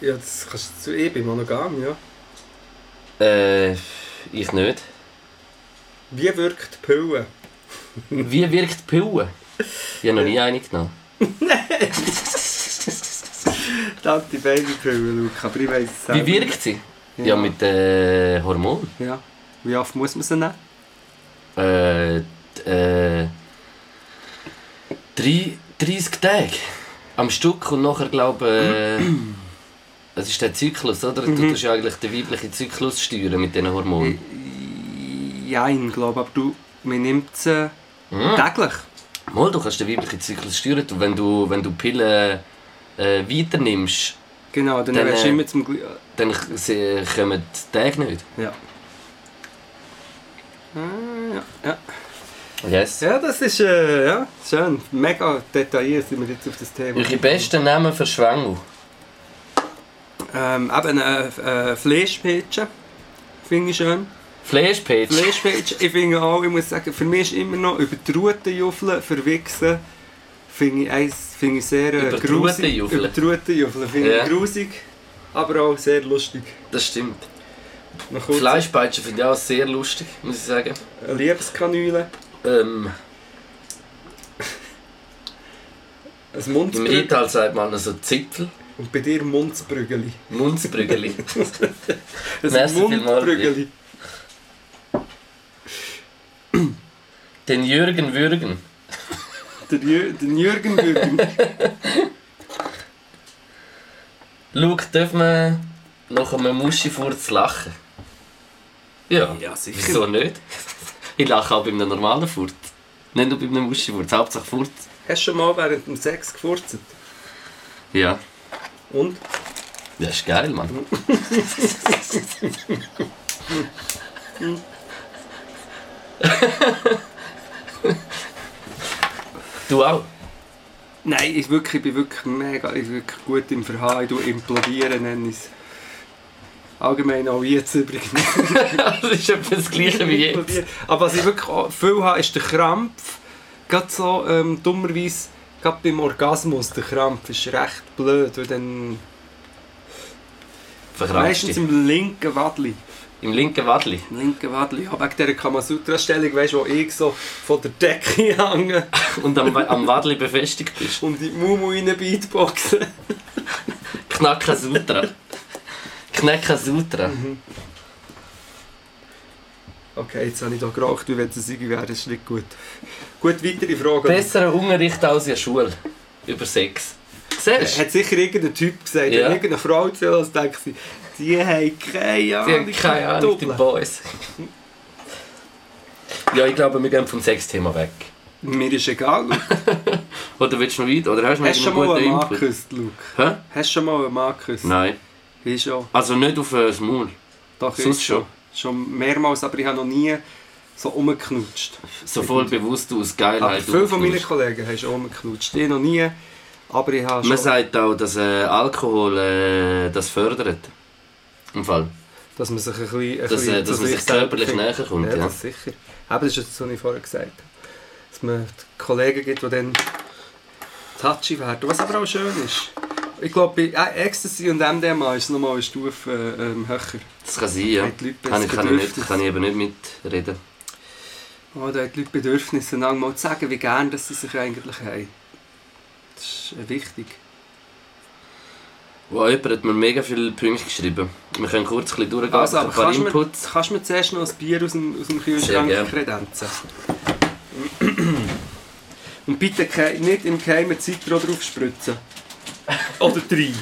S2: Ja, das kannst du zu eh bei monogam, ja.
S3: Äh, ich nicht.
S2: Wie wirkt die Pille?
S3: Wie wirkt die Pille? Ich habe noch nie eine genommen.
S2: Das die Babypille, Luca, aber ich weiss es
S3: Wie wirkt sie? Ja, mit äh, Hormonen.
S2: Ja. Wie oft muss man sie nehmen?
S3: Äh, äh, drei- 30 Tage am Stück und nachher glaube äh, es ist der Zyklus, oder? Du tust ja eigentlich den weiblichen Zyklus steuern mit diesen Hormonen.
S2: Jein, glaube aber du, man nimmt sie
S3: Mhm.
S2: täglich.
S3: Mal, du kannst den weiblichen Zyklus steuern und wenn du, wenn du Pillen äh, weiternimmst,
S2: Genau, dann,
S3: Dann,
S2: wärst du
S3: äh,
S2: immer zum Gl-
S3: dann k- sie- kommen die Tage nicht.
S2: Ja. Ah, Ja, ja.
S3: Yes.
S2: ja, das ist äh, ja, schön. Mega detailliert sind wir jetzt auf das Thema.
S3: Eure besten Namen für Schwängel.
S2: Ähm, eben äh, äh, Fleischpitchen. Finde ich schön.
S3: Fleischpitch.
S2: Fleischpitchen, ich finde auch, ich muss sagen, für mich ist immer noch über die Rute juffeln, verwichsen, finde ich, eins- finde ich sehr äh,
S3: Über die Rute
S2: grusig.
S3: juffeln.
S2: Über die Rute juffeln, finde
S3: Ja.
S2: ich grusig, aber auch sehr lustig.
S3: Das stimmt.
S2: Noch kurz
S3: Fleischpeitschen finde ich auch sehr lustig, muss ich sagen.
S2: eine Liebeskanüle,
S3: Ähm,
S2: ein
S3: Im
S2: Mundsbrügel
S3: Rital sagt man so Zipfel,
S2: und bei dir Mundsbrügeli.
S3: Mundsbrügeli.
S2: Ein
S3: Merci vielmals,
S2: Mundbrügeli.
S3: Den Jürgen Würgen.
S2: Der, Jü der Jürgen Würgen.
S3: Luke, darf man nach einem Muschifurz lachen? Ja,
S2: Ja, sicher.
S3: wieso nicht? Ich lache auch bei einem normalen Furz. Nicht nur bei einem Muschifurz, Hauptsache Furz.
S2: Hast du schon mal während dem Sex gefurzt?
S3: Ja,
S2: Und?
S3: das ist geil, Mann. du auch?
S2: Nein, ich, wirklich, ich bin wirklich mega ich bin wirklich gut im Verhauen, du implodieren nenne ich es. Allgemein auch jetzt übrigens.
S3: Das ist etwa das Gleiche wie jetzt.
S2: Aber was ich wirklich auch viel habe, ist der Krampf. Gerade so ähm, dummerweise, gerade beim Orgasmus, der Krampf ist recht blöd. Weil dann
S3: Verkrampft
S2: meistens
S3: dich.
S2: im linken Wadli.
S3: Im linken Wadli.
S2: Im linken Wadli. Ja, wegen dieser Kamasutra-Stellung, weißt du, wo ich so von der Decke hänge
S3: Und am, am Wadli befestigt bist.
S2: und in die Mumu rein beatboxen.
S3: Knackasutra. Knackasutra.
S2: Okay, jetzt habe ich da geraucht, wie wenn es ein wäre, das ist nicht gut. Gut, weitere Frage.
S3: Besserer Unterricht als in der Schule. Über Sex. Siehst du?
S2: Hat sicher irgendein Typ gesagt,
S3: Ja.
S2: ja. irgendeine Frau gesehen, als denkt sie, die haben keine
S3: Sie
S2: Ahnung.
S3: haben keine Ahnung, die
S2: Doppeln.
S3: Boys. Ja, ich glaube, wir gehen vom Sexthema weg.
S2: Mir ist egal. Luke.
S3: Oder willst du noch weiter? Oder hast du noch
S2: Hast du schon mal einen
S3: irgendeinen
S2: Mann
S3: guten Input?
S2: geküsst, Luke?
S3: Hä?
S2: Hast du schon mal einen Mann geküsst?
S3: Nein.
S2: Ich schon.
S3: Also nicht auf äh, das Maul.
S2: Doch, ich
S3: Sonst schon.
S2: Schon mehrmals, aber ich habe noch nie so rumgeknutscht.
S3: So voll bewusst aus
S2: Aber
S3: Geilheit.
S2: viele von meinen
S3: aufknurst.
S2: Kollegen haben schon rumgeknutscht. Ich noch nie, aber ich habe
S3: Man
S2: schon,
S3: sagt auch, dass äh, Alkohol äh, das fördert. Im Fall.
S2: dass man sich ein bisschen... Ein
S3: Dass,
S2: bisschen
S3: äh, dass
S2: zu
S3: man sich körperlich
S2: findet.
S3: näher kommt.
S2: Ja,
S3: Ja.
S2: das sicher. Aber das ist jetzt, was ich vorher gesagt habe. Dass man Kollegen gibt, die dann touchy werden. Was aber auch schön ist. Ich glaube, bei äh, Ecstasy und MDMA ist es nochmal eine Stufe äh, ähm, höher.
S3: Das kann sein, ja.
S2: Haben die Leute
S3: Kann ich,
S2: besser
S3: kann, ich nicht,
S2: Bedürfnis?
S3: kann ich eben nicht mitreden.
S2: Oh, da haben die Leute Bedürfnisse, dann mal zu sagen, wie gerne dass sie sich eigentlich haben. Das ist äh, wichtig.
S3: Wow, jemand hat mir mega viele Punkte geschrieben. Wir können kurz ein bisschen durchgehen,
S2: Also,
S3: ein
S2: aber
S3: paar
S2: kannst du, mir,
S3: Inputs.
S2: kannst du mir zuerst noch ein Bier aus dem, aus dem
S3: Sehr
S2: Kühlschrank
S3: gerne.
S2: kredenzen? Und bitte ke- nicht im geheimen Zitro drauf spritzen. Oder drei.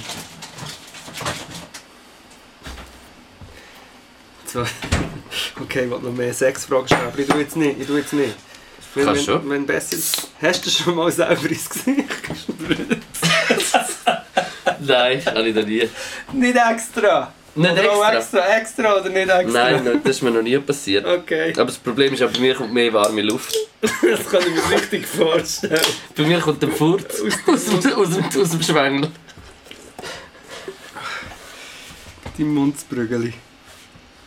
S2: So. Okay, ich wollte noch mehr Sexfragen stellen, aber ich tue jetzt nicht. Ich tue jetzt nicht. Wenn,
S3: Kannst
S2: wenn,
S3: schon.
S2: wenn besser ist. Hast du schon mal selber ins Gesicht gespritzt?
S3: Nein, habe ich noch nie.
S2: Nicht extra!
S3: Nicht
S2: Oder auch
S3: extra.
S2: extra, extra oder nicht extra?
S3: Nein, nein, das ist mir noch nie passiert.
S2: Okay,
S3: Aber das Problem ist, ja, bei mir kommt mehr warme Luft.
S2: das kann ich mir richtig vorstellen.
S3: Bei mir kommt der Furz aus, aus, dem- aus, dem- aus dem Schwengel.
S2: Die Mundsprügeli.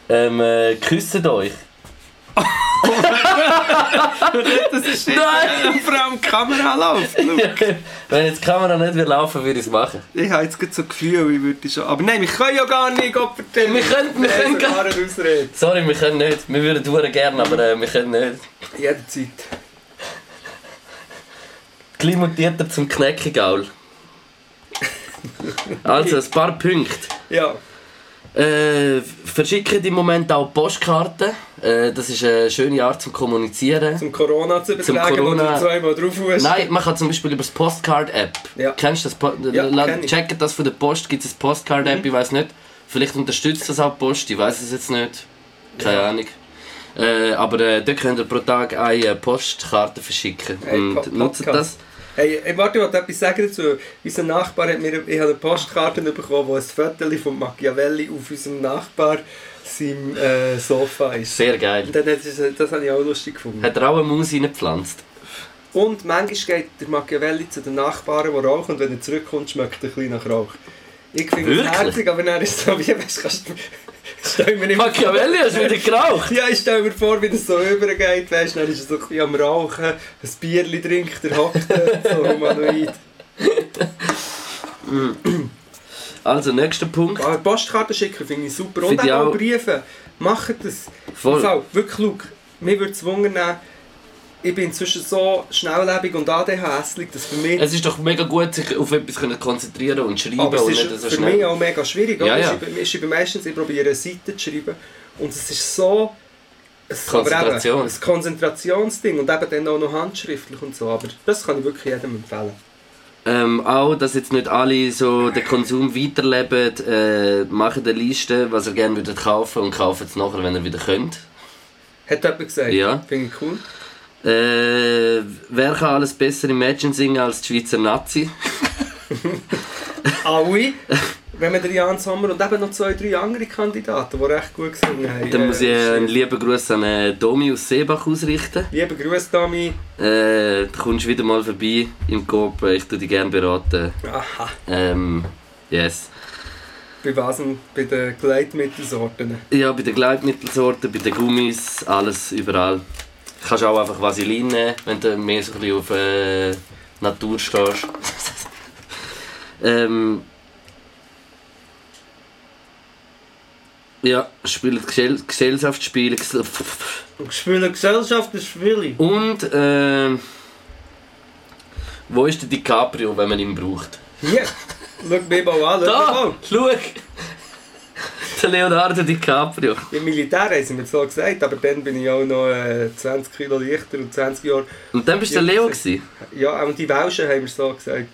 S3: Ähm, äh, küsst euch.
S2: Das ist shit,
S3: Nein!
S2: vor allem die Kamera läuft. Schau.
S3: Wenn jetzt die Kamera nicht will laufen, würde ich es machen.
S2: Ich habe jetzt gerade so Gefühl, ich würde schon... Aber nein, wir können ja gar nicht, Gott verdammt.
S3: Wir können- wir können gar-
S2: gar nicht ausreden.
S3: Sorry, wir können nicht. Wir würden tun gerne, aber äh, wir können nicht.
S2: Jederzeit.
S3: Gleich mutiert er zum Knäckigaul. Also, ein paar Punkte.
S2: Ja.
S3: Äh, verschicken im Moment auch Postkarten. Äh, das ist eine schöne Art zum Kommunizieren.
S2: Zum Corona zu
S3: Zum
S2: übertragen, Corona. wo
S3: Corona-
S2: du zweimal drauf hast.
S3: Nein, man kann zum Beispiel über das Postcard-App.
S2: Ja.
S3: Kennst du das? Po
S2: Ja,
S3: La-
S2: kenn ich. Mhm.
S3: Checkt das von der Post, gibt es Postcard-App, ich weiß nicht. Vielleicht unterstützt das auch die Post, ich weiß es jetzt nicht. Keine Ahnung. Äh, aber äh, dort könnt ihr pro Tag eine Postkarte verschicken.
S2: Hey, Pod-
S3: und nutzt das.
S2: Podcast. Hey, ey, warte, ich wollte etwas sagen dazu. Unser Nachbar hat mir ich habe eine Postkarte bekommen, wo ein Foto von Machiavelli auf unserem Nachbar seinem äh, Sofa ist.
S3: Sehr geil.
S2: Und dann hat es, das habe ich auch lustig gefunden.
S3: Hat er auch eine Maus reingepflanzt?
S2: Und manchmal geht der Machiavelli zu den Nachbarn, die rauchen, und wenn er zurückkommt, schmeckt er ein bisschen nach Rauch. Ich finde es
S3: Wirklich?
S2: herzig, aber dann ist es so, wie weißt, kannst du... Stell mir immer vor-
S3: Machiavelli, hast du wieder geraucht?
S2: Ja, ich stelle mir vor, wie das so übergeht, weißt du, dann ist er so ein bisschen am Rauchen, ein Bierli trinkt, er hockt dort, so humanoid.
S3: Also, nächster Punkt.
S2: Ah, Postkarten schicken finde ich super. Und
S3: Finde
S2: auch,
S3: ich auch.
S2: Briefe. Macht das.
S3: Voll.
S2: Also, wirklich, Luke, mir würde gezwungen nehmen, ich bin inzwischen so schnelllebig und ADHSlig, dass für mich...
S3: Es ist doch mega gut, sich auf etwas können konzentrieren und schreiben
S2: aber es
S3: und
S2: ist
S3: nicht so
S2: für mich
S3: schnell.
S2: auch mega schwierig.
S3: Ja,
S2: oder?
S3: ja.
S2: Ich, schreibe, ich schreibe meistens, ich probiere eine Seite zu schreiben und es ist so... Es aber eben,
S3: Konzentration.
S2: ein Konzentrationsding und eben dann auch noch handschriftlich und so, aber das kann ich wirklich jedem empfehlen.
S3: Ähm, auch, dass jetzt nicht alle so den Konsum weiterleben, äh, machen eine Liste, was ihr gerne würdet kaufen und kaufen es nachher, wenn ihr wieder könnt.
S2: Hat jemand gesagt?
S3: Ja.
S2: Finde ich cool.
S3: Äh, wer kann alles besser im Mädchen singen als die Schweizer Nazi?
S2: Aui, wenn man den Jan Sommer und eben noch zwei, drei andere Kandidaten, die recht gut gesungen haben.
S3: Dann muss ich äh,
S2: äh,
S3: einen lieben Gruß an äh, Domi aus Seebach ausrichten.
S2: Lieber Grüß, Dami.
S3: Äh, du kommst wieder mal vorbei im Coop, äh, ich tu dich gerne beraten.
S2: Aha,
S3: Ähm, yes.
S2: bei was denn? Bei den Gleitmittelsorten.
S3: Ja, bei den Gleitmittelsorten, bei den Gummis, alles überall. Du kannst auch einfach Vaseline nehmen, wenn du mehr so ein bisschen auf äh, Natur stehst. ähm, ja, spielt Gesell Gesellschaftsspiele. Ges-
S2: Und spielen Gesellschaft ist schwierig.
S3: Und ähm, wo ist der DiCaprio, wenn man ihn braucht?
S2: Hier, schau mich mal an. schau mich
S3: Da!
S2: mal.
S3: Schau! Der Leonardo DiCaprio.
S2: Im Militär haben sie mir so gesagt, aber dann bin ich auch noch äh, 20 Kilo leichter und 20 Jahre...
S3: Und dann bist du
S2: Ja,
S3: der Leo.
S2: das-
S3: Gewesen.
S2: Ja, auch die Welschen haben mir so gesagt.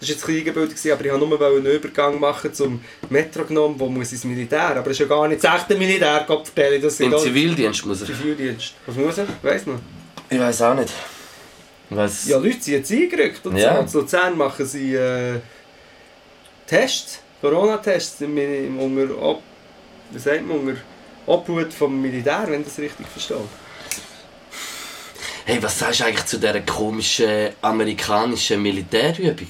S2: Das war jetzt ein bisschen eingebildet, gewesen, aber ich wollte nur einen Übergang machen zum Metronom, wo muss ins Militär. Aber es ist ja gar nicht das echte Militär, Gott vertelle, das sind
S3: Im
S2: alles-
S3: Zivildienst muss er.
S2: Zivildienst. Was muss er? Weiss man.
S3: Ich weiß auch nicht. Was?
S2: Ja, Leute sind jetzt eingerückt und
S3: Ja.
S2: so. Und so Luzern machen sie äh, Tests, Corona-Tests im, im, unter, Ob, wie sagt man, unter Obhut vom Militär, wenn ich das richtig verstehe.
S3: Hey, was sagst du eigentlich zu dieser komischen amerikanischen Militärübung?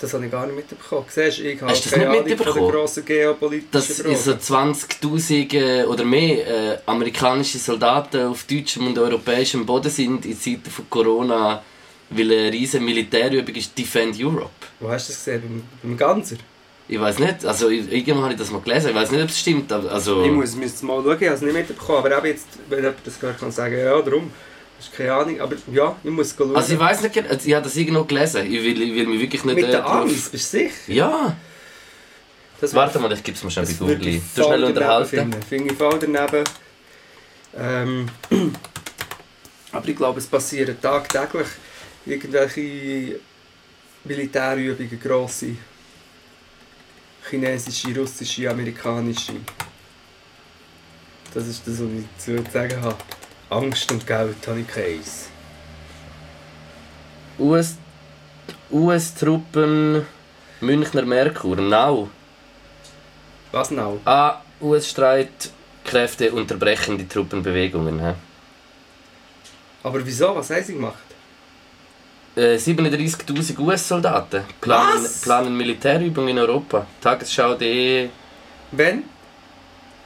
S2: Das habe ich gar nicht mitbekommen. Siehst du, ich habe
S3: Hast du das
S2: keine
S3: nicht
S2: Ahnung von
S3: mitbekommen?
S2: der grossen geopolitischen
S3: Dass
S2: Frage.
S3: so 20.000 äh, oder mehr äh, amerikanische Soldaten auf deutschem und europäischem Boden sind in Zeiten von Corona, weil eine riesige Militärübung ist Defend Europe.
S2: Wo hast du das gesehen? Beim, beim Ganzer?
S3: Ich weiß nicht, also ich- irgendwann habe ich das mal gelesen, ich weiß nicht, ob es stimmt, aber also...
S2: Ich muss es mal schauen, ich habe es nicht mitbekommen. Aber eben jetzt, wenn jemand das gehört, kann sagen, ja, darum. Das ist keine Ahnung. Aber ja, ich muss schauen.
S3: Also ich weiß nicht, genau- also ich habe das irgendwo gelesen, ich will, ich will mich wirklich nicht...
S2: Mit
S3: äh,
S2: den
S3: drauf-
S2: Amis, bist du sicher?
S3: Ja!
S2: Das
S3: Warte mal, ich gebe es mir schnell bei
S2: Das
S3: Google.
S2: würde ich
S3: ein. Du schnell
S2: voll daneben
S3: unterhalten.
S2: finden. Finde ich voll daneben. Ähm, aber ich glaube, es passieren tagtäglich irgendwelche Militärübungen, grosse. Chinesische, russische, amerikanische. Das ist das, was ich zu sagen habe. Angst und Geld habe ich keins.
S3: US, US-Truppen Münchner Merkur, Nau.
S2: Was now?
S3: Ah, US-Streitkräfte unterbrechen die Truppenbewegungen. hä?
S2: Aber wieso? Was haben sie gemacht?
S3: Äh, 37.000 US-Soldaten planen,
S2: Was?
S3: planen Militärübungen in Europa. Tagesschau.de
S2: Wenn?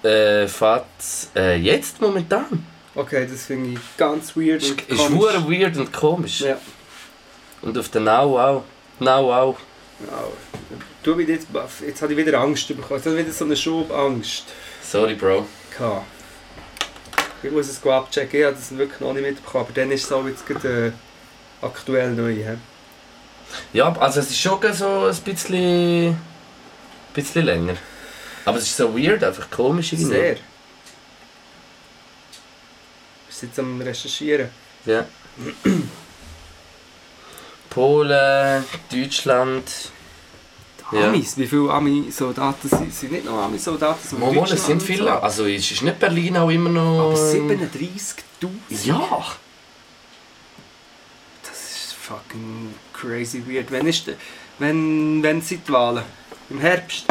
S3: äh, fährt äh, jetzt momentan.
S2: Okay, das finde ich ganz weird.
S3: Ist,
S2: und
S3: ist
S2: Hm, komisch.
S3: hure weird und komisch.
S2: Ja.
S3: Und auf der Now auch. Now auch.
S2: Au. Du bist jetzt, baff, jetzt habe ich wieder Angst bekommen. Jetzt habe ich wieder so eine Schubangst
S3: Sorry, Bro.
S2: gehabt. Ich muss es gut abchecken. Ich habe das wirklich noch nicht mitbekommen. Aber dann ist es auch jetzt gerade äh, aktuell neu. He?
S3: Ja, also es ist schon so ein bisschen, bisschen länger. Aber es ist so weird, einfach komisch irgendwie.
S2: Sehr. Bist jetzt am Recherchieren.
S3: Ja. Polen, Deutschland. Ja.
S2: Amis, wie viele Ami-Soldaten sind, sind nicht noch Ami-Soldaten,
S3: Mal, mal, es sind viele. Also es ist nicht Berlin auch immer noch.
S2: Aber
S3: ähm,
S2: 37'000?
S3: Ja!
S2: Das ist fucking crazy weird. Wann ist der, wenn, wenn sind die Wahlen? Im Herbst?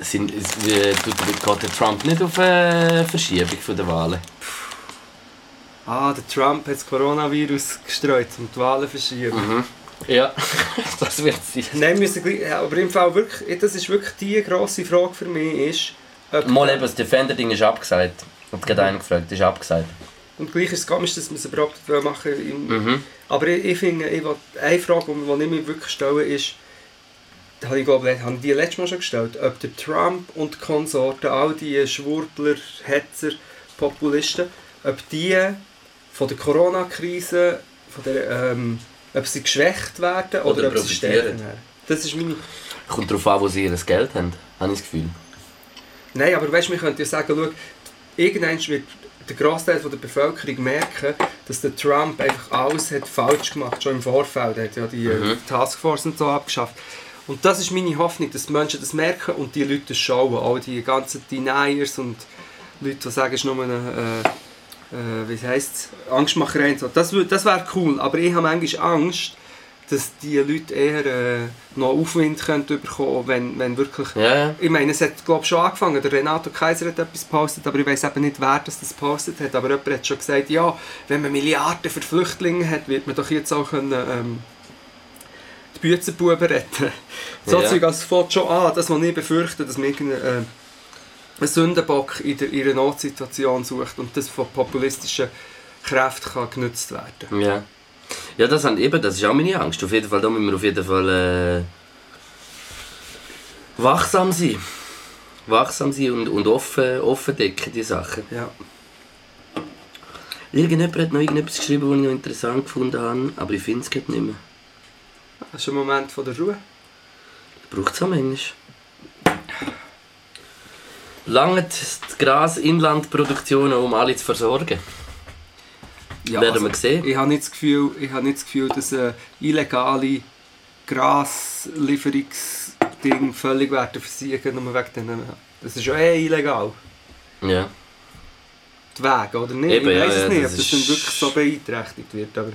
S3: Sind, es, äh, tut, geht der Trump nicht auf eine Verschiebung von der Wahlen?
S2: Ah, der Trump hat das Coronavirus gestreut, um die Wahlen zu verschieben.
S3: Mhm. Ja, das wird sein.
S2: Nein, wir müssen gleich, ja, aber im Fall wirklich, das ist wirklich die grosse Frage für mich, ist, ob-
S3: Mal eben, das Defender-Ding ist abgesagt. Und gerade einen gefragt, ist abgesagt.
S2: und gleich ist es komisch, dass wir es überhaupt machen im,
S3: Mhm.
S2: Aber ich, ich finde, ich will, eine Frage, die die ich mir wirklich stelle, ist, die habe ich glaube ich habe ich die letztes Mal schon gestellt, ob der Trump und die Konsorten, all die Schwurbler, Hetzer, Populisten, ob die von der Corona-Krise, von der, ähm, ob sie geschwächt werden oder,
S3: Oder
S2: ob sie
S3: profitieren.
S2: stärker werden. Das ist meine...
S3: Kommt darauf an, wo sie ihr Geld haben, habe ich das Gefühl.
S2: Nein, aber weißt, man könnte ja sagen, schau, irgendwann wird der Großteil der Bevölkerung merken, dass der Trump einfach alles hat falsch gemacht schon im Vorfeld. Er hat ja die äh, Taskforce und so abgeschafft. Und das ist meine Hoffnung, dass die Menschen das merken und die Leute das schauen. All die ganzen Deniers und Leute, die sagen, es ist nur eine, äh, äh, wie heisst es, Angstmacherei und so. Das, wür- das wäre cool, aber ich habe manchmal Angst, dass die Leute eher äh, noch Aufwind könnten bekommen, wenn, wenn wirklich
S3: Ja, ja.
S2: ich meine, es hat glaube schon angefangen, der Renato Kaiser hat etwas gepostet, aber ich weiß eben nicht, wer das, das gepostet hat, aber jemand hat schon gesagt, ja, wenn man Milliarden für Flüchtlinge hat, wird man doch jetzt auch können, ähm, die Büzenbuben retten. So
S3: Ja.
S2: Zeug, also es fängt schon an, das, was ich befürchte, dass man irgendeinen äh, Sündenbock in, der, in einer Notsituation sucht und das von populistischen Kräften kann genutzt werden
S3: Ja. Ja, das, haben eben, das ist auch meine Angst. Auf jeden Fall, da müssen wir auf jeden Fall äh, wachsam sein. Wachsam sein und, und offen, offen decken, die Sachen.
S2: Ja.
S3: Irgendjemand hat noch irgendetwas geschrieben, was ich noch interessant gefunden habe, aber ich finde es gerade nicht mehr.
S2: Das ist ein Moment von der Ruhe.
S3: Braucht es auch manchmal. Langt das Gras Inlandproduktionen, um alle zu versorgen? Werden wir sehen.
S2: also Ich habe nicht das Gefühl, ich habe nicht das Gefühl dass äh, illegale Graslieferungsdinge völlig werden versiegen, nur wegen denen. Das ist ja eh illegal.
S3: Ja.
S2: Die Wege, oder nicht?
S3: Eben,
S2: ich
S3: ja,
S2: weiß
S3: ja,
S2: es nicht,
S3: das
S2: ob das
S3: ist-
S2: dann wirklich so beeinträchtigt wird. Aber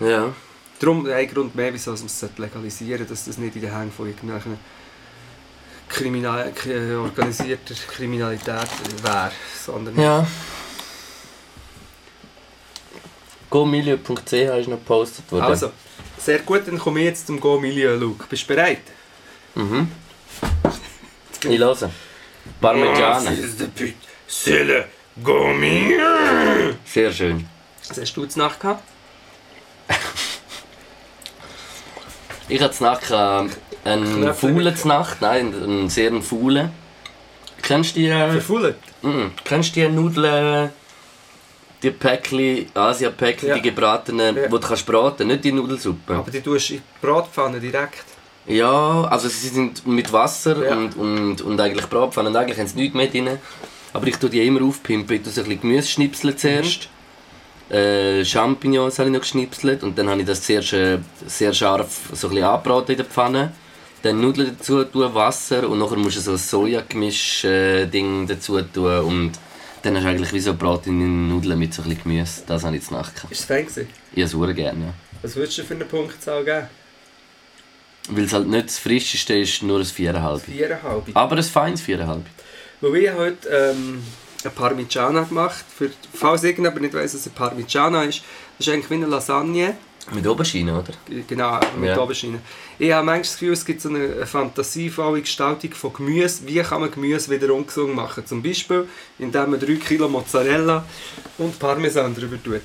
S3: Ja.
S2: darum ein Grund mehr, wieso man es legalisieren sollte, dass das nicht in den Händen von irgendwelchen Kriminal k- organisierter Kriminalität wäre, sondern
S3: Ja. Gomilio.ch ist noch gepostet worden.
S2: Also, sehr gut, dann komme ich jetzt zum Go Milieu, Luke. Bist du bereit?
S3: Mhm. Ich höre. Parmigiana.
S2: C'est le Go Milieu!
S3: Sehr schön.
S2: Was hast du zu Nacht gehabt?
S3: Ich hatte Nacht äh, einen
S2: Knöpfe.
S3: faulen Nacht, nein, einen sehr faulen. Kennst du die, äh,
S2: Verfullt.
S3: mm, kennst du die Nudeln, die Päckchen, Asia-Päckchen,
S2: Ja.
S3: die gebratenen,
S2: Ja.
S3: die du kannst braten, nicht die Nudelsuppe?
S2: Aber die tust du in die Bratpfanne direkt.
S3: Ja, also sie sind mit Wasser
S2: Ja.
S3: und, und, und eigentlich Bratpfanne und eigentlich haben sie nichts mehr drin. Aber ich tue die immer aufpimpen. Ich tue so ein bisschen Gemüse schnipseln zuerst. Äh, Champignons habe ich noch geschnipselt und dann habe ich das zuerst äh, sehr scharf so ein bisschen angebraten in der Pfanne. Dann Nudeln dazu tun, Wasser und nachher musst du so ein Sojagemisch-Ding dazu tun und dann hast du eigentlich wie so Braten in Nudeln mit so ein bisschen Gemüse. Das habe ich jetzt nachgehabt.
S2: Ist es fein gewesen?
S3: Ich esse es gerne, ja.
S2: Was würdest du für eine Punktzahl geben?
S3: Weil es halt nicht das frischeste ist, nur ein 4,5.
S2: Viereinhalb.
S3: Aber ein feines 4,5.
S2: Weil ich habe heute ähm, eine Parmigiana gemacht. Für, falls irgendjemand nicht weiss, was eine Parmigiana ist, das ist eigentlich wie eine Lasagne.
S3: Mit Oberschiene, oder?
S2: Genau, mit
S3: Ja.
S2: Oberschienen. Ich habe manchmal das Gefühl, es gibt so eine eine fantasievolle Gestaltung von Gemüse. Wie kann man Gemüse wieder ungesund machen? Zum Beispiel, indem man 3 Kilo Mozzarella und Parmesan drüber tut.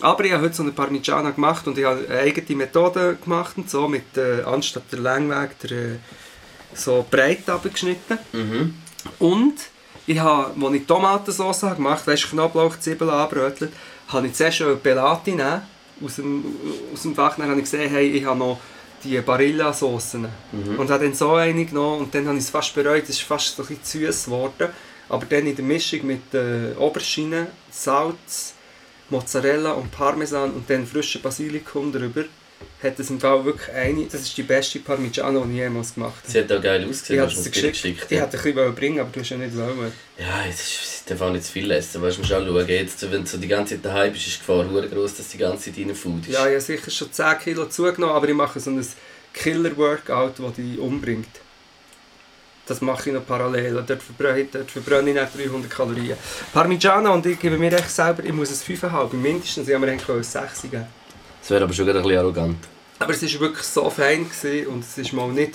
S2: Aber ich habe heute so eine Parmigiana gemacht und ich habe eine eigene Methode gemacht und so, mit, äh, anstatt der Längweg der, äh, so breit abgeschnitten.
S3: Mhm.
S2: Und ich habe, als ich Tomatensauce habe gemacht habe, Knoblauch, Zwiebeln anbrötelt, habe ich zuerst eine Pelati genommen, aus dem, aus dem Fach. Dann habe ich gesehen, hey, ich habe noch die Barilla-Saucen. Und habe dann so eine genommen und dann habe ich es fast bereut, es ist fast so ein bisschen süß geworden. Aber dann in der Mischung mit äh, Oberschienen, Salz, Mozzarella und Parmesan und dann frischen Basilikum drüber, hat es im Fall wirklich eine, das ist die beste Parmigiano, die ich jemals gemacht habe.
S3: Sie hat auch geil ausgesehen,
S2: Ich
S3: du
S2: habe
S3: hast
S2: es
S3: uns
S2: dir
S3: Bilder
S2: geschickt.
S3: geschickt.
S2: Ich hätte ein bisschen bringen aber du hast ja nicht wollen.
S3: Ja, jetzt ist- darf auch nicht zu viel essen. Weißt du, musst auch schauen, jetzt, wenn du so die ganze Zeit daheim bist, ist die Gefahr hure groß, dass die ganze Zeit deine Food ist.
S2: Ja, ich habe sicher schon 10 Kilo zugenommen, aber ich mache so ein Killer-Workout, das dich umbringt. Das mache ich noch parallel. Und Dort verbrenne, ich- dort verbrenne ich nicht 300 Kalorien. Parmigiana und ich gebe mir echt selber, ich muss es 5,5 mindestens, ich habe mir eigentlich 6 geben.
S3: Das wäre aber schon gerade ein bisschen arrogant.
S2: Aber es war wirklich so fein gewesen und es ist mal nicht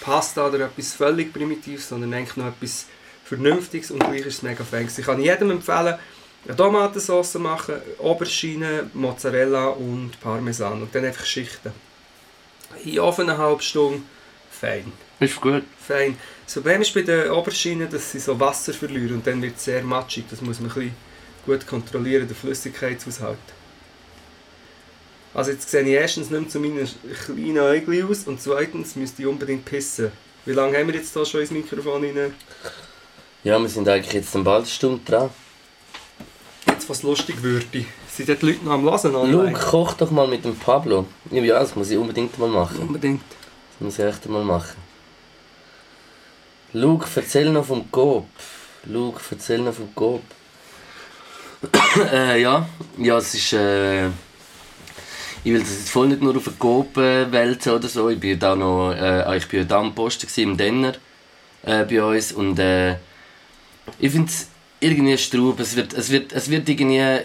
S2: Pasta oder etwas völlig Primitives, sondern eigentlich noch etwas Vernünftiges und gleich ist es mega fein gewesen. Ich kann jedem empfehlen, eine Tomatensauce machen, Oberschiene, Mozzarella und Parmesan und dann einfach schichten. In Ofen eine halbe Stunde, fein.
S3: Ist gut.
S2: fein. Das Problem ist bei den Oberschienen, dass sie so Wasser verlieren und dann wird es sehr matschig. Das muss man ein bisschen gut kontrollieren, den Flüssigkeitshaushalt. Also jetzt sehe ich erstens nicht mehr zu meinen kleinen Äugeln aus und zweitens müsste ich unbedingt pissen. Wie lange haben wir jetzt da schon ins Mikrofon rein?
S3: Ja, wir sind eigentlich jetzt dann bald eine Stunde dran.
S2: Jetzt was lustig würde. Sind dort die Leute noch am Lassen online?
S3: Luke, koch doch mal mit dem Pablo. Ja, das muss ich unbedingt mal machen.
S2: Unbedingt.
S3: Das muss ich echt mal machen. Luke, erzähl noch vom Coop. Luke, erzähl noch vom Coop. äh, ja. ja, es ist... Äh, ich will das jetzt voll nicht nur auf den Coop äh, wälzen oder so. Ich bin da noch... Äh, ich bin heute am Posten gewesen, im Denner äh, bei uns und äh, ich finde es irgendwie straub. Es wird, es wird, es wird irgendwie...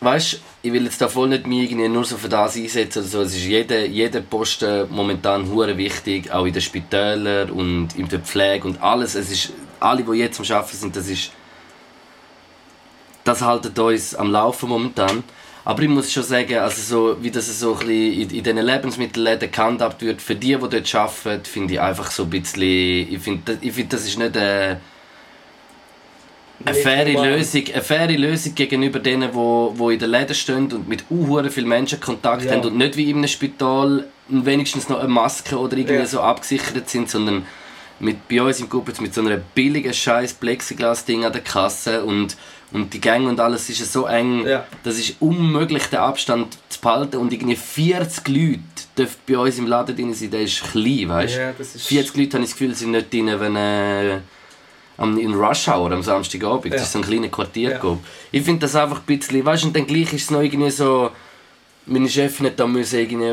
S3: Weißt ich will jetzt da voll nicht mich irgendwie nur so für das einsetzen oder so. Es ist jeder, jeder Posten momentan hure wichtig, auch in den Spitälern und in der Pflege und alles. Es ist, alle, die jetzt am Arbeiten sind, das ist... Das haltet uns am Laufen momentan. Aber ich muss schon sagen, also so, wie das so ein bisschen in, in diesen Lebensmittelläden gehandhabt wird, für die, die dort arbeiten, finde ich einfach so ein bisschen... Ich finde, ich find, das ist nicht... Äh, eine
S2: Nicht
S3: faire,
S2: normal.
S3: Lösung, eine faire Lösung gegenüber denen, wo, wo in den Läden stehen und mit unhuren vielen Menschen Kontakt
S2: Ja.
S3: haben und nicht wie in einem Spital wenigstens noch eine Maske oder irgendwie
S2: Ja.
S3: so abgesichert sind, sondern mit, bei uns im Gruppe jetzt mit so einer billigen scheiß Plexiglas-Ding an der Kasse und, und die Gänge und alles ist ja so eng,
S2: Ja.
S3: das ist unmöglich, den Abstand zu behalten und irgendwie 40 Leute dürfen bei uns im Laden drin sein, der ist klein, weißt du?
S2: Ja, das ist...
S3: 40 Leute habe ich das Gefühl, sind nicht drin, wenn äh, am- in Rush Hour am Samstagabend.
S2: Ja.
S3: Das ist so ein kleiner Quartier.
S2: Ja.
S3: Ja. Ich finde das einfach ein bisschen. Weißt du, und dann gleich ist es noch irgendwie so. Meine Chefin hat da müssen irgendwie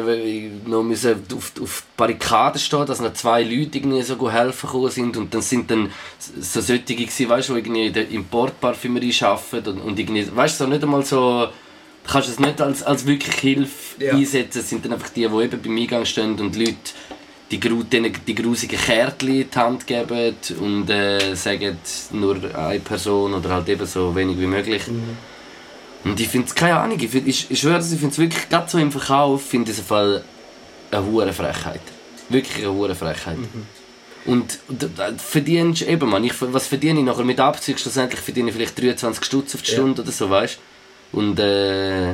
S3: äh, noch müssen auf, auf die Barrikaden stehen, dass noch zwei Leute irgendwie so gut helfen gekommen sind. Und dann sind dann so solche, gewesen, weißt du, die irgendwie in der Importparfümerie arbeiten und, und irgendwie, weißt du, so nicht einmal so, du kannst es nicht als, als wirklich Hilfe
S2: Ja.
S3: einsetzen. Es sind dann einfach die, die eben beim Eingang stehen und Leute die, gru denen die grusigen Kärtchen in die Hand geben und äh, sagen nur eine Person oder halt eben so wenig wie möglich. Und ich finde es, keine Ahnung, ich, find, ich, ich schwöre es, ich finde es wirklich, gerade so im Verkauf, finde ich es auf jeden Fall eine hohe Frechheit. Wirklich eine hohe Frechheit. Und d- d- verdienst eben, man, ich, was verdiene ich nachher mit Abzug? Schlussendlich verdiene ich vielleicht 23 Stutz auf die
S2: Ja.
S3: Stunde oder so, weißt du? Und äh,